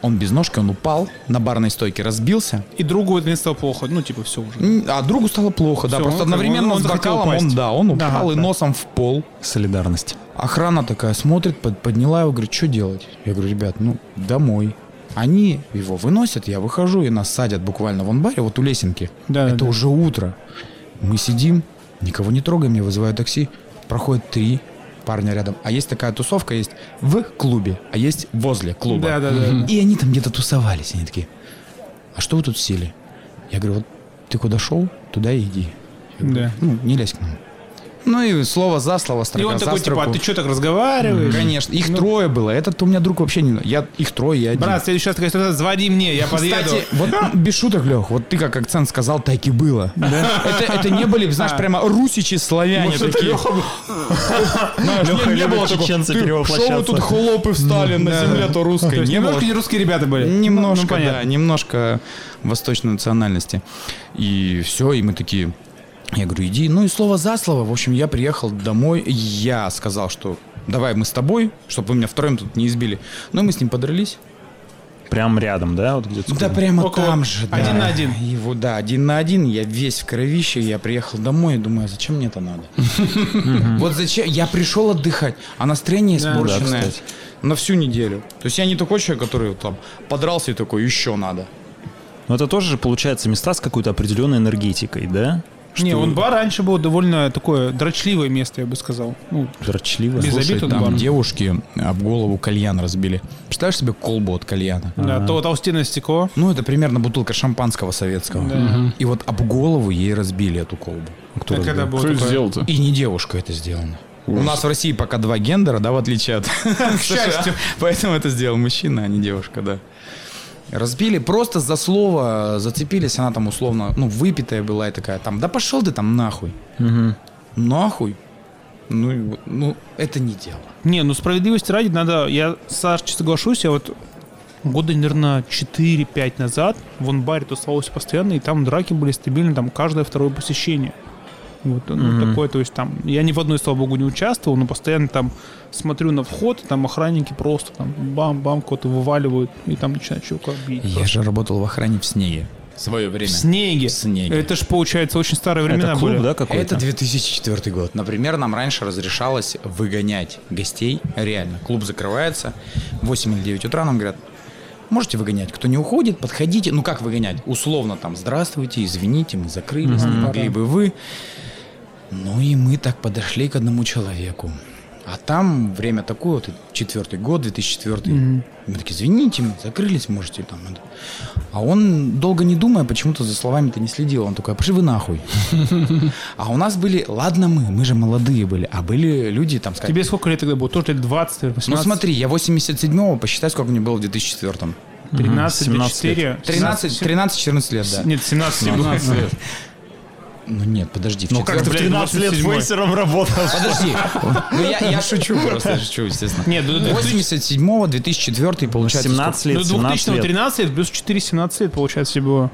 Speaker 3: он без ножки, он упал, на барной стойке разбился.
Speaker 2: И другу это не стало плохо. Ну, типа, все уже.
Speaker 3: М, А другу стало плохо, да,
Speaker 2: Всё,
Speaker 3: просто
Speaker 2: он как бы-
Speaker 3: одновременно
Speaker 2: он
Speaker 3: с
Speaker 2: захотел
Speaker 3: бокалом он,
Speaker 2: упасть.
Speaker 3: да, он упал
Speaker 2: Ага,
Speaker 3: и
Speaker 2: да.
Speaker 3: носом в пол.
Speaker 1: Солидарность.
Speaker 3: Охрана такая смотрит, под- подняла его, говорит, что делать? Я говорю, ребят, ну, домой. Они его выносят, я выхожу, и нас садят буквально в анбаре, вот у лесенки.
Speaker 2: Да,
Speaker 3: Это
Speaker 2: да.
Speaker 3: уже утро. Мы сидим, никого не трогаем, я вызываю такси. Проходит три парня рядом. А есть такая тусовка, есть в клубе, а есть возле клуба.
Speaker 2: Да, да, да.
Speaker 3: И они там где-то тусовались. Они такие, а что вы тут сели? Я говорю, вот ты куда шел, туда и иди. Я говорю,
Speaker 2: Да.
Speaker 3: Ну, не лезь к нам. Ну и слово за слово,
Speaker 2: И
Speaker 3: строка
Speaker 2: он
Speaker 3: за
Speaker 2: такой, типа, а
Speaker 3: строку.
Speaker 2: ты что так разговариваешь? Ну,
Speaker 3: Конечно, их трое было. Этот у меня друг вообще не... Я, их трое, я один.
Speaker 2: Брат, в следующий раз такая ситуация, звони мне, я подъеду.
Speaker 3: Кстати, вот без шуток, Лех, вот ты как акцент сказал, так и было. Это, это не были,
Speaker 2: А.
Speaker 3: знаешь, прямо русичи славяне такие. Знаешь,
Speaker 1: Лёха
Speaker 3: не, не
Speaker 1: любит
Speaker 3: было такого,
Speaker 1: чеченца
Speaker 3: «Ты шо
Speaker 1: перевоплощаться».
Speaker 3: вы тут холопы встали на земле-то
Speaker 2: То
Speaker 3: русской.
Speaker 2: есть
Speaker 3: Не было
Speaker 2: немножко не русские ребята были.
Speaker 3: Немножко,
Speaker 2: Ну, понятно.
Speaker 3: да, немножко восточной национальности. И все, и мы такие... Я говорю, иди. Ну и слово за слово. В общем, я приехал домой. Я сказал, что давай мы с тобой, чтобы вы меня втроем тут не избили. Ну и мы с ним подрались.
Speaker 1: Прям рядом, да? Вот где-то.
Speaker 3: Да прямо
Speaker 2: Около-
Speaker 3: там же. да.
Speaker 2: один на один.
Speaker 3: Его, да, один на один. Я весь в кровище. Я приехал домой и думаю, а зачем мне это надо? Вот зачем? Я пришел отдыхать, а настроение
Speaker 2: Да.
Speaker 1: Да,
Speaker 3: испорченное
Speaker 1: кстати.
Speaker 3: на всю неделю. То есть я не такой человек, который там подрался и такой, еще надо.
Speaker 1: Но это тоже, же, получается, места с какой-то определенной энергетикой, да?
Speaker 2: Не, он бар раньше был довольно такое дрочливое место, я бы сказал. Ну,
Speaker 1: Дрочливо.
Speaker 2: Без
Speaker 3: Слушай,
Speaker 2: обид он
Speaker 3: там
Speaker 2: бар.
Speaker 3: девушки об голову кальян разбили. Представляешь себе колбу от кальяна?
Speaker 2: да, то толстенное стекло.
Speaker 3: Ну, это примерно бутылка шампанского советского. И вот об голову ей разбили эту колбу.
Speaker 1: Кто
Speaker 2: Это когда
Speaker 1: разбил?
Speaker 2: было
Speaker 4: Что это
Speaker 2: такое.
Speaker 4: сделал-то?
Speaker 3: И не девушка это сделано. У нас в России пока два гендера, да, в отличие от
Speaker 2: счастью.
Speaker 3: США. Поэтому это сделал мужчина, а не девушка, да. Разбили, просто за слово зацепились, она там условно, ну, выпитая была и такая там, да пошел ты там нахуй. Нахуй. Ну, и вот, ну, это не дело.
Speaker 2: Не, ну справедливости ради надо... Я с Сашей соглашусь, я вот года, наверное, 4-5 назад в онбаре тусовался постоянно, и там драки были стабильны, там каждое второе посещение. Вот ну, такое, то есть там... Я ни в одной, слава богу, не участвовал, но постоянно там смотрю на вход, там охранники просто там бам-бам кого-то вываливают, и там начинают чувака бить.
Speaker 3: Я же работал в охране в снеге. Свое время.
Speaker 2: В снеге.
Speaker 3: В снеге.
Speaker 2: Это же, получается, очень старые времена
Speaker 1: Это клуб,
Speaker 2: были.
Speaker 1: да, какой-то?
Speaker 3: Это 2004 год. Например, нам раньше разрешалось выгонять гостей. Реально. Клуб закрывается. 8 или 9 утра нам говорят, можете выгонять. Кто не уходит, подходите. Ну как выгонять? Условно там, здравствуйте, извините, мы закрылись, не могли бы вы. Ну и мы так подошли к одному человеку. А там время такое, вот четвертый год, 2004. Мы такие, извините, мы закрылись, можете там. это». А он, долго не думая, почему-то за словами-то не следил. Он такой, а пошли вы нахуй. А у нас были, ладно мы, мы же молодые были, а были люди там, сказать,
Speaker 2: Тебе сколько лет тогда было? Тоже лет 20, наверное,
Speaker 3: ну
Speaker 2: 18?
Speaker 3: смотри, я 87-го, посчитай, сколько мне было в 2004
Speaker 2: 13,
Speaker 1: 17 лет.
Speaker 2: 24.
Speaker 3: 13, 13-14 лет, да.
Speaker 2: Нет, 17, 17 лет.
Speaker 3: Ну нет, подожди. в четвёртом-
Speaker 2: ты в 13 лет
Speaker 1: работал?
Speaker 3: Подожди. Ну я, я шучу просто, я шучу, естественно.
Speaker 2: Нет, ну,
Speaker 3: 87-го, 2004 получается.
Speaker 1: 17 лет,
Speaker 2: Ну,
Speaker 1: 17
Speaker 2: 2000
Speaker 1: лет.
Speaker 2: 13 лет, плюс 4, 17 лет, получается, тебе было.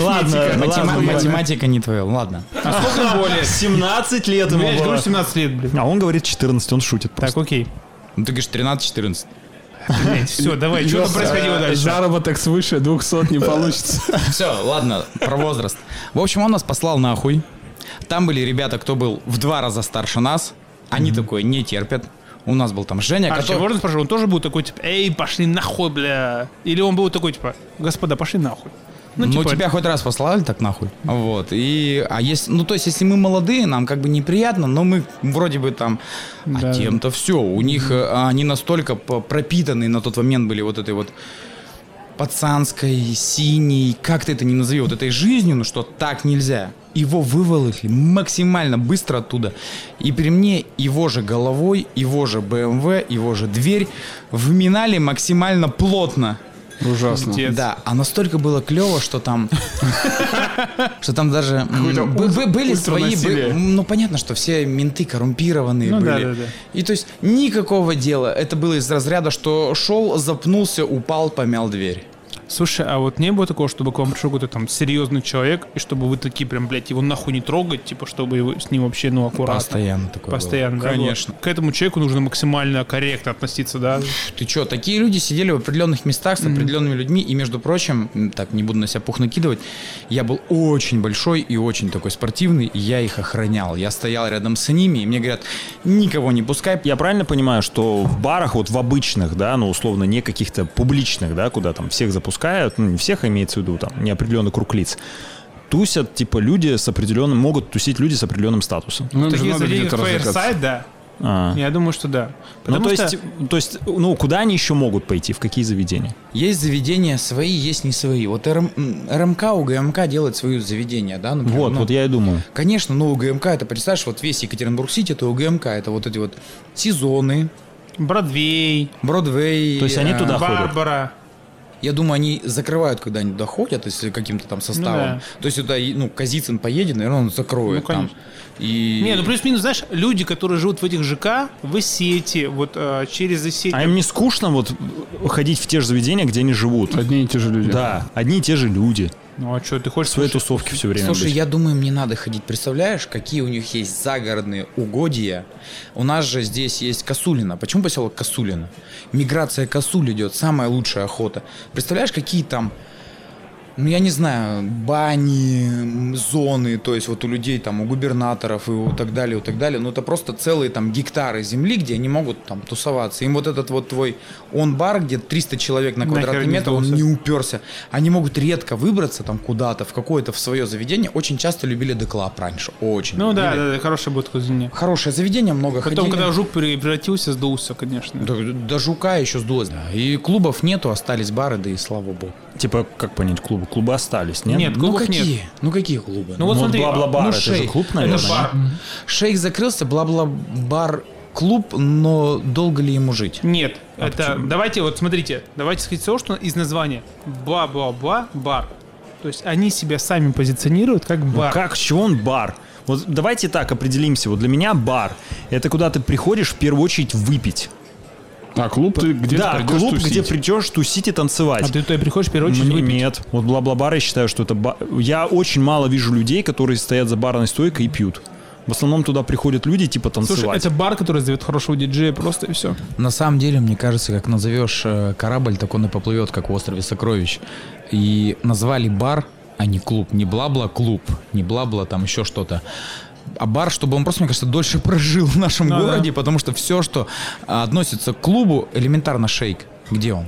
Speaker 1: Ладно,
Speaker 3: сколько? Матема-
Speaker 1: ладно.
Speaker 3: математика не твоя, ладно.
Speaker 2: А сколько ему лет?
Speaker 1: 17 лет
Speaker 2: Ну, я
Speaker 1: ему
Speaker 2: же говорю,
Speaker 1: было.
Speaker 2: 17 лет, блин.
Speaker 1: А он говорит 14, он шутит
Speaker 2: Так,
Speaker 1: просто.
Speaker 2: окей.
Speaker 3: Ну ты говоришь 13-14.
Speaker 2: Все, давай, что там
Speaker 4: Лёша,
Speaker 2: происходило
Speaker 4: э,
Speaker 2: дальше?
Speaker 4: Заработок свыше 200 не получится.
Speaker 3: Все, ладно, про возраст. В общем, он нас послал нахуй. Там были ребята, кто был в два раза старше нас. Они такое не терпят. У нас был там Женя,
Speaker 2: Арчи,
Speaker 3: который...
Speaker 2: А можно спрошу, он тоже был такой, типа, эй, пошли нахуй, бля. Или он был такой, типа, господа, пошли нахуй. типа,
Speaker 3: Ну, тебя хоть раз послали так нахуй. Вот. И, а есть, ну, то есть, если мы молодые, нам как бы неприятно, но мы вроде бы там...
Speaker 2: Да.
Speaker 3: А тем-то все. У них, э, они настолько п- пропитаны на тот момент были вот этой вот пацанской, синей, как ты это не назови, вот этой жизнью, ну что так нельзя. Его выволокли максимально быстро оттуда. И при мне его же головой, его же БМВ, его же дверь вминали максимально плотно.
Speaker 4: Ужасно.
Speaker 2: Пиздец.
Speaker 3: Да, а настолько было клево, что там... Что там даже... м,
Speaker 4: Какое-то
Speaker 3: бы- бы- Были
Speaker 4: ультра
Speaker 3: свои... бы-
Speaker 4: насилие.
Speaker 3: м, Ну, понятно, что все менты коррумпированные
Speaker 2: Ну да, да,
Speaker 3: были.
Speaker 2: да.
Speaker 3: И то есть никакого дела. Это было из разряда, что шел, запнулся, упал, помял дверь.
Speaker 2: Слушай, а вот не было такого, чтобы к вам пришел какой-то там серьезный человек, и чтобы вы такие прям, блядь, его нахуй не трогать, типа, чтобы его, с ним вообще, ну, аккуратно.
Speaker 3: Постоянно такое было.
Speaker 2: Постоянно, да, было?
Speaker 3: Конечно.
Speaker 2: К этому человеку нужно максимально корректно относиться, да?
Speaker 3: Ты чё, такие люди сидели в определенных местах с определенными людьми, и, между прочим, м, так, не буду на себя пух накидывать, я был очень большой и очень такой спортивный, и я их охранял. Я стоял рядом с ними, и мне говорят, никого не пускай,
Speaker 1: Я правильно понимаю, что в барах, вот в обычных, да, ну, условно, не каких-то публичных, да, куда там всех запускают, ну, не всех имеется в виду, там, неопределенный круг лиц, тусят, типа, люди с определенным, могут тусить люди с определенным статусом.
Speaker 4: Ну, им же
Speaker 2: Такие
Speaker 4: надо
Speaker 2: заведения,
Speaker 4: где-то
Speaker 2: как
Speaker 4: развлекаться.
Speaker 2: Fireside, да.
Speaker 1: А.
Speaker 2: Я думаю, что да.
Speaker 1: Ну,
Speaker 2: Потому
Speaker 1: то
Speaker 2: что-
Speaker 1: есть, то есть, ну, куда они еще могут пойти, в какие заведения?
Speaker 3: Есть заведения свои, есть не свои. Вот РМ, м, РМК, УГМК делает свое заведение, да? например,
Speaker 1: Вот,
Speaker 3: ну,
Speaker 1: вот я и думаю.
Speaker 3: Конечно, ну УГМК, это представь, вот весь Екатеринбург-Сити, это УГМК, это вот эти вот сезоны,
Speaker 2: Бродвей,
Speaker 3: Бродвей.
Speaker 1: То есть они
Speaker 3: э,
Speaker 1: туда ходят?
Speaker 2: Барбара.
Speaker 3: Я думаю, они закрывают, когда они туда ходят, если каким-то там составом.
Speaker 2: Ну да.
Speaker 3: То есть туда, и, ну, Казицын поедет, наверное, он закроет
Speaker 2: Ну, конечно.
Speaker 3: там. И...
Speaker 2: Не, ну плюс-минус, знаешь, люди, которые живут в этих ЖК, в сети, вот э, через сети.
Speaker 1: А им не скучно вот ходить в те же заведения, где они живут?
Speaker 4: Одни и те же люди.
Speaker 1: Да, одни и те же люди.
Speaker 2: Ну а что, ты хочешь...
Speaker 1: В своей тусовке все время.
Speaker 3: Слушай,
Speaker 1: быть.
Speaker 3: я думаю, мне надо ходить. Представляешь, какие у них есть загородные угодья? У нас же здесь есть Косулина. Почему поселок Косулина? Миграция Косуль идет, самая лучшая охота. Представляешь, какие там, ну я не знаю, бани, м, зоны, то есть вот у людей там, у губернаторов и у так далее, у так далее. Ну это просто целые там гектары земли, где они могут там тусоваться. Им вот этот вот твой он-бар, где 300 человек на
Speaker 2: Нахер
Speaker 3: квадратный
Speaker 2: не
Speaker 3: метр, он
Speaker 2: сдался.
Speaker 3: не уперся. Они могут редко выбраться там куда-то, в какое-то в свое заведение. Очень часто любили деклап раньше. Очень.
Speaker 2: Ну да,
Speaker 3: любили.
Speaker 2: да, да, хорошая будет кузня.
Speaker 3: Хорошее заведение, много
Speaker 2: Потом,
Speaker 3: ходили.
Speaker 2: когда жук превратился, сдулся, конечно.
Speaker 3: До, до жука еще сдулось. да. И клубов нету, остались бары, да и слава богу.
Speaker 1: Типа, как понять, клубы? Клубы остались, нет?
Speaker 2: Нет,
Speaker 3: Ну
Speaker 2: клубов
Speaker 3: какие?
Speaker 2: нет.
Speaker 3: Ну какие клубы?
Speaker 2: Ну вот смотри,
Speaker 1: бла-бла-бар,
Speaker 3: ну,
Speaker 1: это же
Speaker 3: шей.
Speaker 1: клуб,
Speaker 3: Это
Speaker 1: наверное.
Speaker 2: бар.
Speaker 1: нет?
Speaker 3: Шейх закрылся, бла-бла-бар клуб, но долго ли ему жить?
Speaker 2: Нет,
Speaker 1: А
Speaker 2: это... Давайте, вот смотрите, давайте сказать то, что из названия. Бла-бла-бла, бар. То есть они себя сами позиционируют как
Speaker 1: Ну
Speaker 2: бар.
Speaker 1: как, с чего он бар? Вот давайте так определимся. Вот для меня бар — это куда ты приходишь в первую очередь выпить.
Speaker 4: А клуб ты где
Speaker 1: да, клуб, где придешь тусить и танцевать.
Speaker 2: А ты туда приходишь в первую очередь
Speaker 1: Мне
Speaker 2: выпить.
Speaker 1: нет. Вот бла-бла-бар, я считаю, что это ба- Я очень мало вижу людей, которые стоят за барной стойкой и пьют. В основном туда приходят люди, типа танцевать.
Speaker 2: Слушай, это бар, который зовет хорошего диджея просто и все.
Speaker 3: На самом деле, мне кажется, как назовешь э, корабль, так он и поплывет, как в острове Сокровищ. И назвали бар, а не клуб. Не бла-бла клуб, не бла-бла там еще что-то. А бар, чтобы он просто, мне кажется, дольше прожил в нашем
Speaker 2: Ну да.
Speaker 3: городе, потому что все, что а, относится к клубу, элементарно шейк. Где он?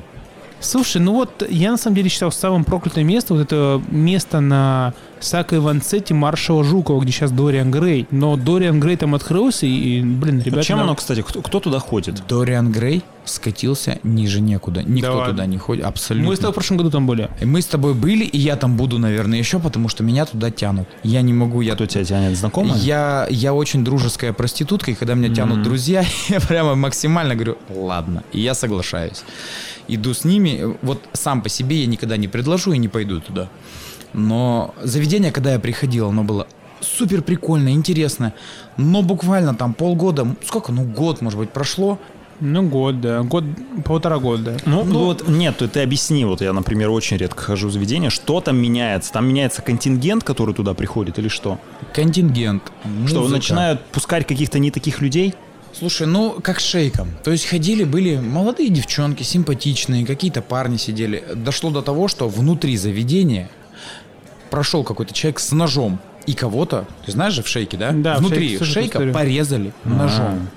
Speaker 2: Слушай, ну вот я на самом деле считал самым проклятым местом вот это место на Сакой Ванцете маршала Жукова, где сейчас Дориан Грей. Но Дориан Грей там открылся, и, и, блин,
Speaker 1: А
Speaker 2: ребята...
Speaker 1: чем
Speaker 2: нам-
Speaker 1: оно, кстати, кто, кто туда ходит?
Speaker 3: Дориан Грей скатился ниже некуда. Никто
Speaker 2: Да ладно.
Speaker 3: туда не ходит, абсолютно.
Speaker 2: Мы с тобой в прошлом году там были.
Speaker 3: И мы с тобой были, и я там буду, наверное, еще, потому что меня туда тянут. Я не могу, я
Speaker 1: Кто тебя тянет? Знакомые?
Speaker 3: Я, я очень дружеская проститутка, и когда меня тянут друзья, я прямо максимально говорю, ладно, и я соглашаюсь. Иду с ними, вот сам по себе я никогда не предложу и не пойду туда. Но заведение, когда я приходил, оно было супер прикольно, интересно, но буквально там полгода, м, сколько, ну год, может быть, прошло,
Speaker 2: Ну, год, да. Год, полтора года.
Speaker 1: Ну, вот нет, ты, ты объясни, вот я, например, очень редко хожу в заведение, что там меняется? Там меняется контингент, который туда приходит, или что?
Speaker 3: контингент.
Speaker 1: Что,
Speaker 3: музыка.
Speaker 1: начинают пускать каких-то не таких людей?
Speaker 3: Слушай, ну как шейком. То есть ходили, были молодые девчонки, симпатичные, какие-то парни сидели. Дошло до того, что внутри заведения прошел какой-то человек с ножом. И кого-то, ты знаешь же, в шейке, да?
Speaker 2: Да, в
Speaker 3: Внутри
Speaker 2: шейке А. слышал
Speaker 3: шейка
Speaker 2: историю.
Speaker 3: порезали ножом.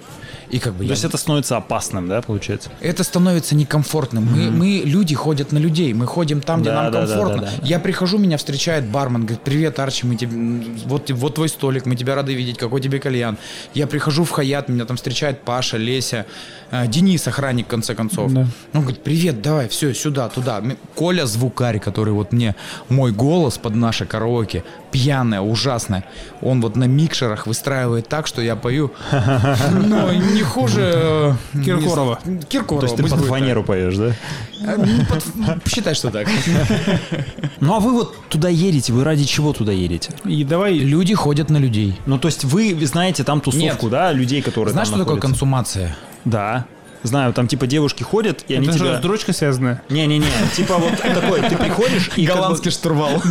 Speaker 3: И как бы
Speaker 1: То
Speaker 3: я...
Speaker 1: есть это становится опасным, да, получается?
Speaker 3: Это становится некомфортным. Мы, мы люди ходят на людей, мы ходим там, где
Speaker 1: Да,
Speaker 3: нам
Speaker 1: да, да,
Speaker 3: комфортно.
Speaker 1: да, да.
Speaker 3: Я прихожу, меня встречает бармен, говорит, привет, Арчи, мы тебе, м, вот, те- вот твой столик, мы тебя рады видеть, какой тебе кальян. Я прихожу в Хаят, меня там встречает Паша, Леся, э, Денис, охранник, в конце концов.
Speaker 2: Да.
Speaker 3: Он говорит, привет, давай, все, сюда, туда. М- Коля Звукарь, который вот мне, мой голос под наше караоке, пьяное, ужасное, он вот на микшерах выстраивает так, что я пою, но
Speaker 5: не хуже... э,
Speaker 2: Киркорова.
Speaker 5: не знаю, Киркорова.
Speaker 1: То есть ты
Speaker 5: пусть
Speaker 1: под
Speaker 5: будет
Speaker 1: фанеру поешь, да?
Speaker 5: так. Э, ну, под- Считай, что так.
Speaker 1: Ну а вы вот туда едете, вы ради чего туда едете?
Speaker 2: И давай...
Speaker 3: Люди ходят на людей.
Speaker 1: Ну то есть вы знаете там тусовку,
Speaker 3: Нет.
Speaker 1: да, людей, которые
Speaker 3: Знаешь,
Speaker 1: там
Speaker 3: что такое
Speaker 1: находятся?
Speaker 3: консумация?
Speaker 1: Да. Знаю, там типа девушки ходят, и они
Speaker 2: Это что,
Speaker 1: тебя...
Speaker 2: с дрочкой связано?
Speaker 1: Не-не-не, типа вот такой, ты приходишь и как бы
Speaker 5: штурвал.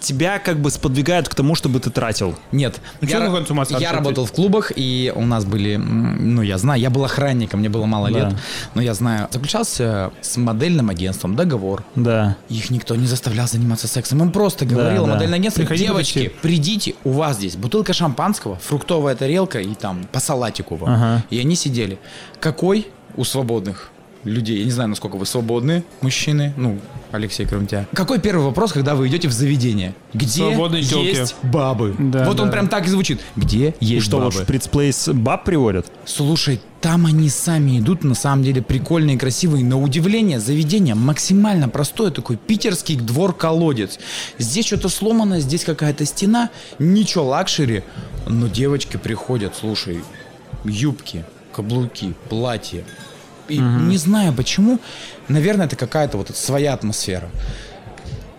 Speaker 1: тебя как бы сподвигают к тому, чтобы ты тратил.
Speaker 3: Нет.
Speaker 2: Ну, что
Speaker 3: я
Speaker 2: такое консумация,
Speaker 3: я
Speaker 2: ответь?
Speaker 3: работал в клубах, и у нас были, м, ну я знаю, я был охранником, мне было мало
Speaker 1: Да.
Speaker 3: лет, но я знаю, заключался с модельным агентством договор.
Speaker 1: Да.
Speaker 3: Их никто не заставлял заниматься сексом. Он просто говорил
Speaker 1: да.
Speaker 3: модельное агентство,
Speaker 2: Приходите
Speaker 3: девочки,
Speaker 2: почти».
Speaker 3: придите, у вас здесь бутылка шампанского, фруктовая тарелка и там по салатику вам.
Speaker 1: Ага.
Speaker 3: И они сидели. Какой у свободных людей, я не знаю, насколько вы свободны, мужчины, ну, Алексей, кроме тебя. Какой первый вопрос, когда вы идете в заведение? Где
Speaker 2: Свободные тёлки.
Speaker 3: есть бабы?
Speaker 2: Да,
Speaker 3: вот он
Speaker 2: да.
Speaker 3: прям так и звучит. Где
Speaker 1: И
Speaker 3: есть
Speaker 1: что, вот
Speaker 3: бабы?
Speaker 1: в Прицплейс баб приводят?
Speaker 3: Слушай, там они сами идут, на самом деле прикольные, красивые. На удивление, заведение максимально простое, такой питерский двор-колодец. Здесь что-то сломано, здесь какая-то стена, ничего лакшери. Но девочки приходят, слушай, юбки, каблуки, платья. И не знаю почему, наверное, это какая-то вот своя атмосфера.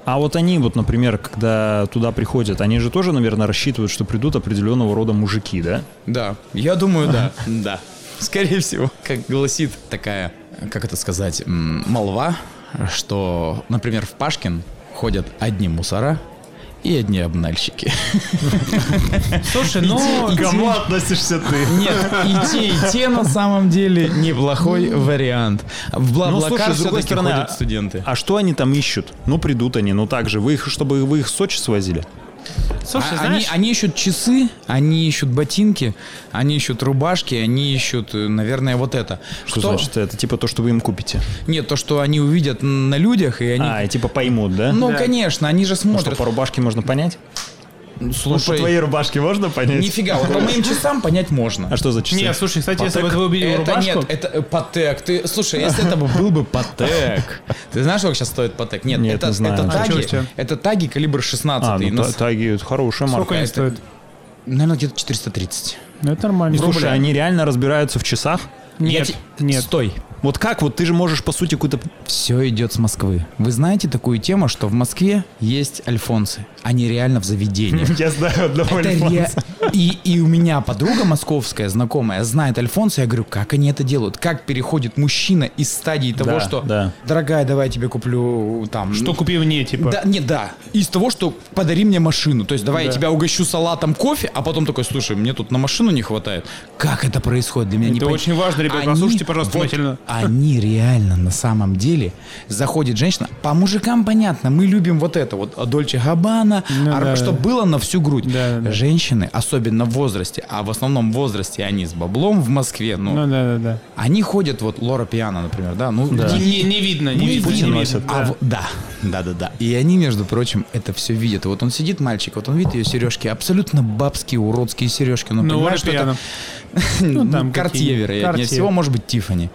Speaker 1: А вот они вот, например, когда туда приходят, они же тоже, наверное, рассчитывают, что придут определенного рода мужики, да?
Speaker 3: Да, я думаю, да. Да. Скорее всего, как гласит такая, как это сказать, м, молва, что, например, в Пашкин ходят одни мусора и одни обнальщики.
Speaker 2: Слушай, ну...
Speaker 1: относишься ты?
Speaker 3: Нет, и те, и те на самом деле неплохой вариант. В
Speaker 1: Ну,
Speaker 3: Блаблакар
Speaker 1: слушай, с другой
Speaker 3: все-таки
Speaker 1: стороны,
Speaker 3: ходят
Speaker 1: а-
Speaker 3: студенты.
Speaker 1: А что они там ищут? Ну, придут они, ну так же. Вы их, чтобы вы их в Сочи свозили?
Speaker 2: Слушай,
Speaker 3: А-
Speaker 2: знаешь...
Speaker 3: они, они ищут часы, они ищут ботинки, они ищут рубашки, они ищут, э, наверное, вот это.
Speaker 1: Что
Speaker 3: Кто-
Speaker 1: значит? Это типа то, что вы им купите.
Speaker 3: Нет, то, что они увидят на людях, и они...
Speaker 1: А, и типа поймут, да?
Speaker 3: Ну, конечно, они же
Speaker 1: Ну, что,
Speaker 3: смотрят.
Speaker 1: по рубашке можно понять?
Speaker 4: Ну,
Speaker 3: Слушай,
Speaker 1: рубашке можно понять?
Speaker 3: нифига, вот по моим часам понять можно.
Speaker 1: А что за часы?
Speaker 2: Не, слушай, кстати, если бы
Speaker 1: Патек?
Speaker 2: ты убедил
Speaker 3: Это
Speaker 2: рубашку...
Speaker 3: нет, это э, патек. Ты, слушай, если это бы был бы патек. Ты знаешь, сколько сейчас стоит патек? Нет,
Speaker 1: Нет,
Speaker 3: это,
Speaker 1: не знаю.
Speaker 3: это
Speaker 1: А
Speaker 2: чё у
Speaker 3: таги.
Speaker 2: тебя?
Speaker 3: Это таги калибр 16.
Speaker 1: А, ну,
Speaker 3: На
Speaker 1: та-
Speaker 3: с-
Speaker 1: таги, это хорошая
Speaker 2: Сколько
Speaker 1: марка.
Speaker 2: они
Speaker 3: это-
Speaker 2: стоят?
Speaker 3: Наверное, где-то 430.
Speaker 2: Ну, это нормально.
Speaker 1: И, Слушай, они реально разбираются в часах?
Speaker 2: Нет, нет.
Speaker 3: Стой.
Speaker 1: Вот как? Вот ты же можешь, по сути, какую-то...
Speaker 3: Все идет с Москвы. Вы знаете такую тему, что в Москве есть альфонсы. Они реально в заведении.
Speaker 1: Я знаю одного
Speaker 3: Это ре- и, и у меня подруга московская, знакомая, знает Альфонса. Я говорю, как они это делают? Как переходит мужчина из стадии того,
Speaker 1: Да,
Speaker 3: что
Speaker 1: да.
Speaker 3: дорогая, давай я тебе куплю там.
Speaker 2: Что купи мне, типа?
Speaker 3: Да, не, да. Из того, что подари мне машину. То есть давай я тебя угощу салатом кофе, а потом такой, слушай, мне тут на машину не хватает. Как это происходит для меня? не
Speaker 2: Это
Speaker 3: пон-
Speaker 2: очень важно, ребят,
Speaker 3: Они-
Speaker 2: послушайте, пожалуйста,
Speaker 3: вот
Speaker 2: внимательно.
Speaker 3: Они реально на самом деле заходит женщина. По мужикам понятно, мы любим вот это вот а, Дольче Габана,
Speaker 2: Ну
Speaker 3: а,
Speaker 2: да, да.
Speaker 3: что было на всю грудь.
Speaker 2: Да, да, да.
Speaker 3: Женщины, особенно в возрасте, а в основном в возрасте они с баблом в Москве, ну,
Speaker 2: Ну да, да, да.
Speaker 3: они ходят вот Лора Пиана, например, да, ну
Speaker 2: Не, не-
Speaker 3: не-
Speaker 2: не видно, не
Speaker 3: не
Speaker 2: видно.
Speaker 1: Путин
Speaker 2: не
Speaker 1: носит.
Speaker 2: видно, да.
Speaker 3: а в- да, да, да, да. И они, между прочим, это все видят. И вот он сидит, мальчик, вот он видит ее сережки, абсолютно бабские, уродские сережки. Он
Speaker 2: Ну,
Speaker 3: понимает,
Speaker 2: Лора
Speaker 3: что это
Speaker 2: Пиано.
Speaker 3: ну,
Speaker 2: там
Speaker 3: Картье,
Speaker 2: какие-нибудь.
Speaker 3: вероятнее
Speaker 2: Cartier.
Speaker 3: всего, может быть, Тифани.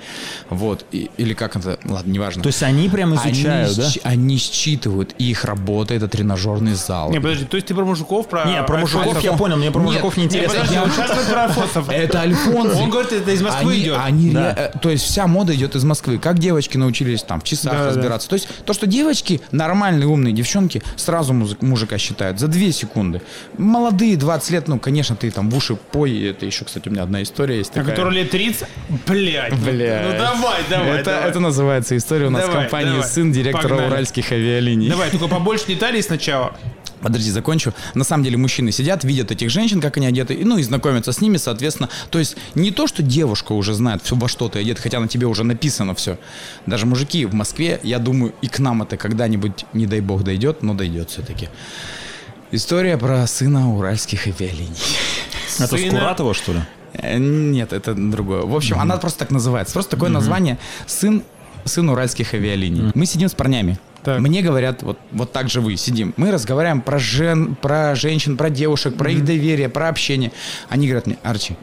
Speaker 3: Вот. И- или как это, ладно, неважно.
Speaker 1: То есть они прям
Speaker 3: Они
Speaker 1: изучают, да?
Speaker 3: счи- Они считывают, и их работа это тренажерный зал.
Speaker 2: Не, подожди, то есть ты про мужиков, про...
Speaker 1: Не, про мужиков
Speaker 2: альфонсов?
Speaker 1: я понял, мне про
Speaker 3: Нет,
Speaker 1: мужиков не
Speaker 2: А, Не,
Speaker 1: интересно.
Speaker 2: подожди,
Speaker 3: Я- Э,
Speaker 2: вот сейчас мы про альфонсов.
Speaker 3: Это Альфонс.
Speaker 2: Он говорит, это из Москвы
Speaker 3: они,
Speaker 2: идет.
Speaker 3: они
Speaker 1: Да.
Speaker 3: ре- э, то есть вся мода идет из Москвы. Как девочки научились там в часах
Speaker 2: Да, да.
Speaker 3: разбираться. То есть то, что девочки, нормальные умные девчонки, сразу музы- мужика считают за 2 секунды. Молодые, 20 лет, ну, конечно, ты там в уши пой. и Это еще, кстати, у меня одна история есть
Speaker 2: А
Speaker 3: такая.
Speaker 2: который лет 30? Блять.
Speaker 3: Блядь.
Speaker 2: Ну давай, давай,
Speaker 3: это,
Speaker 2: давай.
Speaker 3: это называется история у нас
Speaker 2: Давай,
Speaker 3: в компании
Speaker 2: давай.
Speaker 3: сын директора
Speaker 2: Погнали.
Speaker 3: уральских авиалиний.
Speaker 2: Давай, только побольше деталей сначала.
Speaker 3: Подожди, закончу. На самом деле мужчины сидят, видят этих женщин, как они одеты, и, ну и знакомятся с ними, соответственно. То есть не то, что девушка уже знает, всё, во что ты одет, хотя на тебе уже написано все. Даже мужики в Москве, я думаю, и к нам это когда-нибудь, не дай бог, дойдет, но дойдет все-таки. История про сына уральских авиалиний.
Speaker 1: Это с
Speaker 2: сына.
Speaker 1: Куратова, что ли?
Speaker 3: Э, Нет, это другое. В общем, она просто так называется. Просто такое название. Сын, сын уральских авиалиний. Мы сидим с парнями.
Speaker 2: Так.
Speaker 3: Мне говорят, вот, вот так же вы сидим. Мы разговариваем про, жен, про женщин, про девушек, про их доверие, про общение. Они говорят мне, Арчи,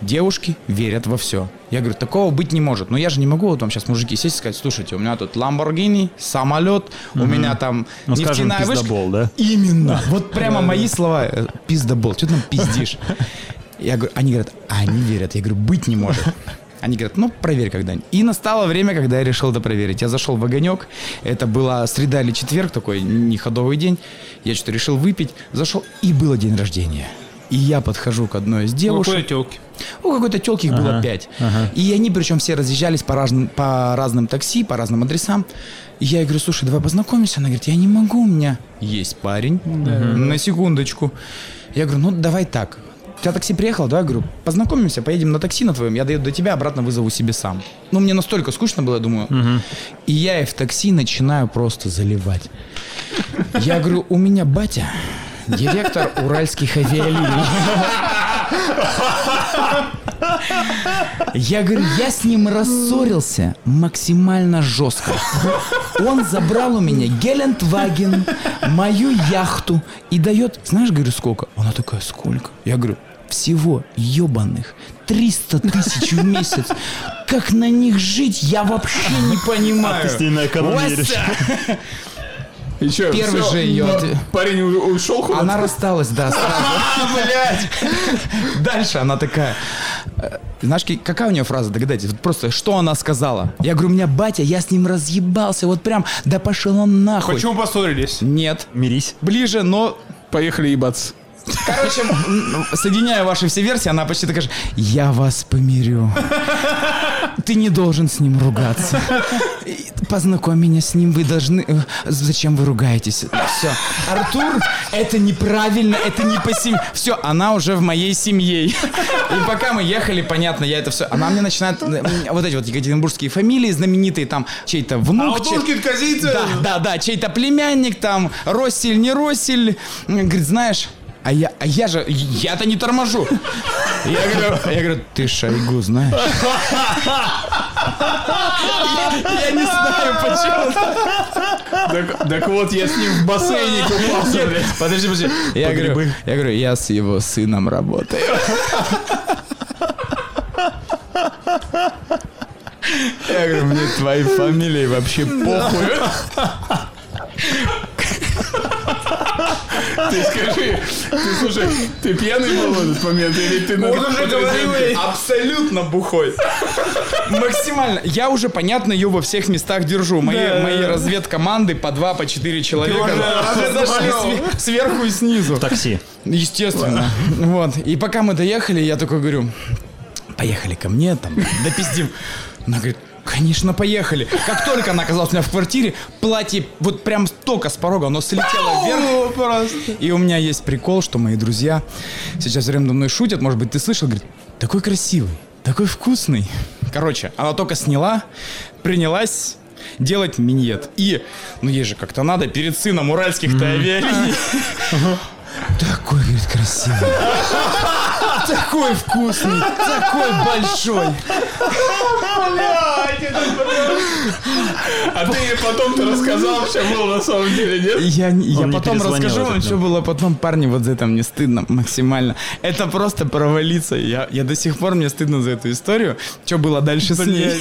Speaker 3: девушки верят во все. Я говорю, такого быть не может. Но я же не могу вот вам сейчас, мужики, сесть и сказать, слушайте, у меня тут Ламборгини, самолет, у меня там
Speaker 1: Ну, скажем,
Speaker 3: нефтяная вышка».
Speaker 1: пиздобол, да?
Speaker 3: Именно. Вот прямо мои слова. э, Пиздобол. Что ты там пиздишь? Я говорю, они говорят, они верят. Я говорю, быть не может. Они говорят, ну, проверь когда-нибудь. И настало время, когда я решил это проверить. Я зашел в огонек. Это была среда или четверг, такой неходовый день. Я что-то решил выпить. Зашел, и было день рождения. И я подхожу к одной из
Speaker 2: У
Speaker 3: девушек.
Speaker 2: какой телки?
Speaker 3: У Ну, какой-то телки их было пять. И они, причем, все разъезжались по разным, по разным такси, по разным адресам. И я ей говорю, слушай, давай познакомимся. Она говорит, я не могу, у меня есть парень. На секундочку. Я говорю, ну давай так. У тебя такси приехало, давай, говорю, познакомимся, поедем на такси на твоем, я доеду до тебя, обратно вызову себе сам. Ну, мне настолько скучно было, я думаю. И я и в такси начинаю просто заливать. Я говорю, у меня батя, директор уральских авиалиний. Я говорю, я с ним рассорился максимально жестко. Он забрал у меня Гелендваген, мою яхту и дает, знаешь, говорю, сколько? Она такая, сколько? Я говорю, всего ебаных 300 тысяч в месяц. Как на них жить, я вообще не понимаю.
Speaker 1: Ты с ней на эконом
Speaker 3: Вася!
Speaker 1: веришь.
Speaker 4: И чё,
Speaker 3: Первый
Speaker 4: всё,
Speaker 3: же её
Speaker 4: ну,
Speaker 3: ответ.
Speaker 4: Парень у- ушел куда-то?
Speaker 3: Она рассталась, да, сразу. Дальше она такая. э, Знаешь, ки- какая у нее фраза, догадайтесь, вот просто что она сказала? Я говорю, у меня батя, я с ним разъебался, вот прям, да пошел он нахуй.
Speaker 2: Почему поссорились?
Speaker 3: Нет.
Speaker 1: Мирись.
Speaker 3: Ближе, но,
Speaker 4: Поехали ебаться.
Speaker 3: короче, м, соединяя ваши все версии, она почти такая же, я вас помирю. Ты не должен с ним ругаться. И Познакомь меня с ним, вы должны... э, Зачем вы ругаетесь? Все. Артур, это неправильно, это не по семье. Все, она уже в моей семье. И пока мы ехали, понятно, я это все... Она мне начинает... э, Вот эти вот екатеринбургские фамилии знаменитые, там, чей-то внук... чей- Да, да, да, чей-то племянник, там, Россель, не Россель. М, Говорит, знаешь... А я, а я же, я-то не торможу. Я говорю, я говорю, ты Шойгу знаешь? Я не знаю, почему.
Speaker 4: Так, так вот, я с ним в бассейне купался, блядь.
Speaker 3: Подожди, подожди. Я говорю, я говорю, я с его сыном работаю. Я говорю, мне твои фамилии вообще похуй.
Speaker 4: Ты скажи, ты слушай, ты пьяный был в этот момент или ты... Он
Speaker 3: Абсолютно бухой. Максимально. Я уже, понятно, ее во всех местах держу. Мои,
Speaker 2: Да.
Speaker 3: мои разведкоманды по два, по четыре человека.
Speaker 2: уже
Speaker 3: Зашли све- сверху и снизу.
Speaker 1: Такси.
Speaker 3: Естественно. Вот. И пока мы доехали, я такой говорю, поехали ко мне, там, допиздим. Она говорит, конечно, поехали. Как только она оказалась у меня в квартире, платье вот прям только с порога, оно слетело вверх. И у меня есть прикол, что мои друзья сейчас время мной шутят, может быть, ты слышал, говорит, такой красивый, такой вкусный. Короче, она только сняла, принялась делать миньет. И, ну ей же как-то надо, перед сыном уральских-то авиалиний. Такой, говорит, красивый. Такой вкусный, такой большой.
Speaker 4: А ты ей потом-то рассказал, что было на самом деле, нет?
Speaker 3: Я, не- я
Speaker 1: Он мне
Speaker 3: потом
Speaker 1: перезвонил
Speaker 3: расскажу
Speaker 1: этот
Speaker 3: вам,
Speaker 1: день.
Speaker 3: что было потом. Парни, вот за это мне стыдно максимально. Это просто провалиться. Я, я до сих пор мне стыдно за эту историю. Что было дальше с ней.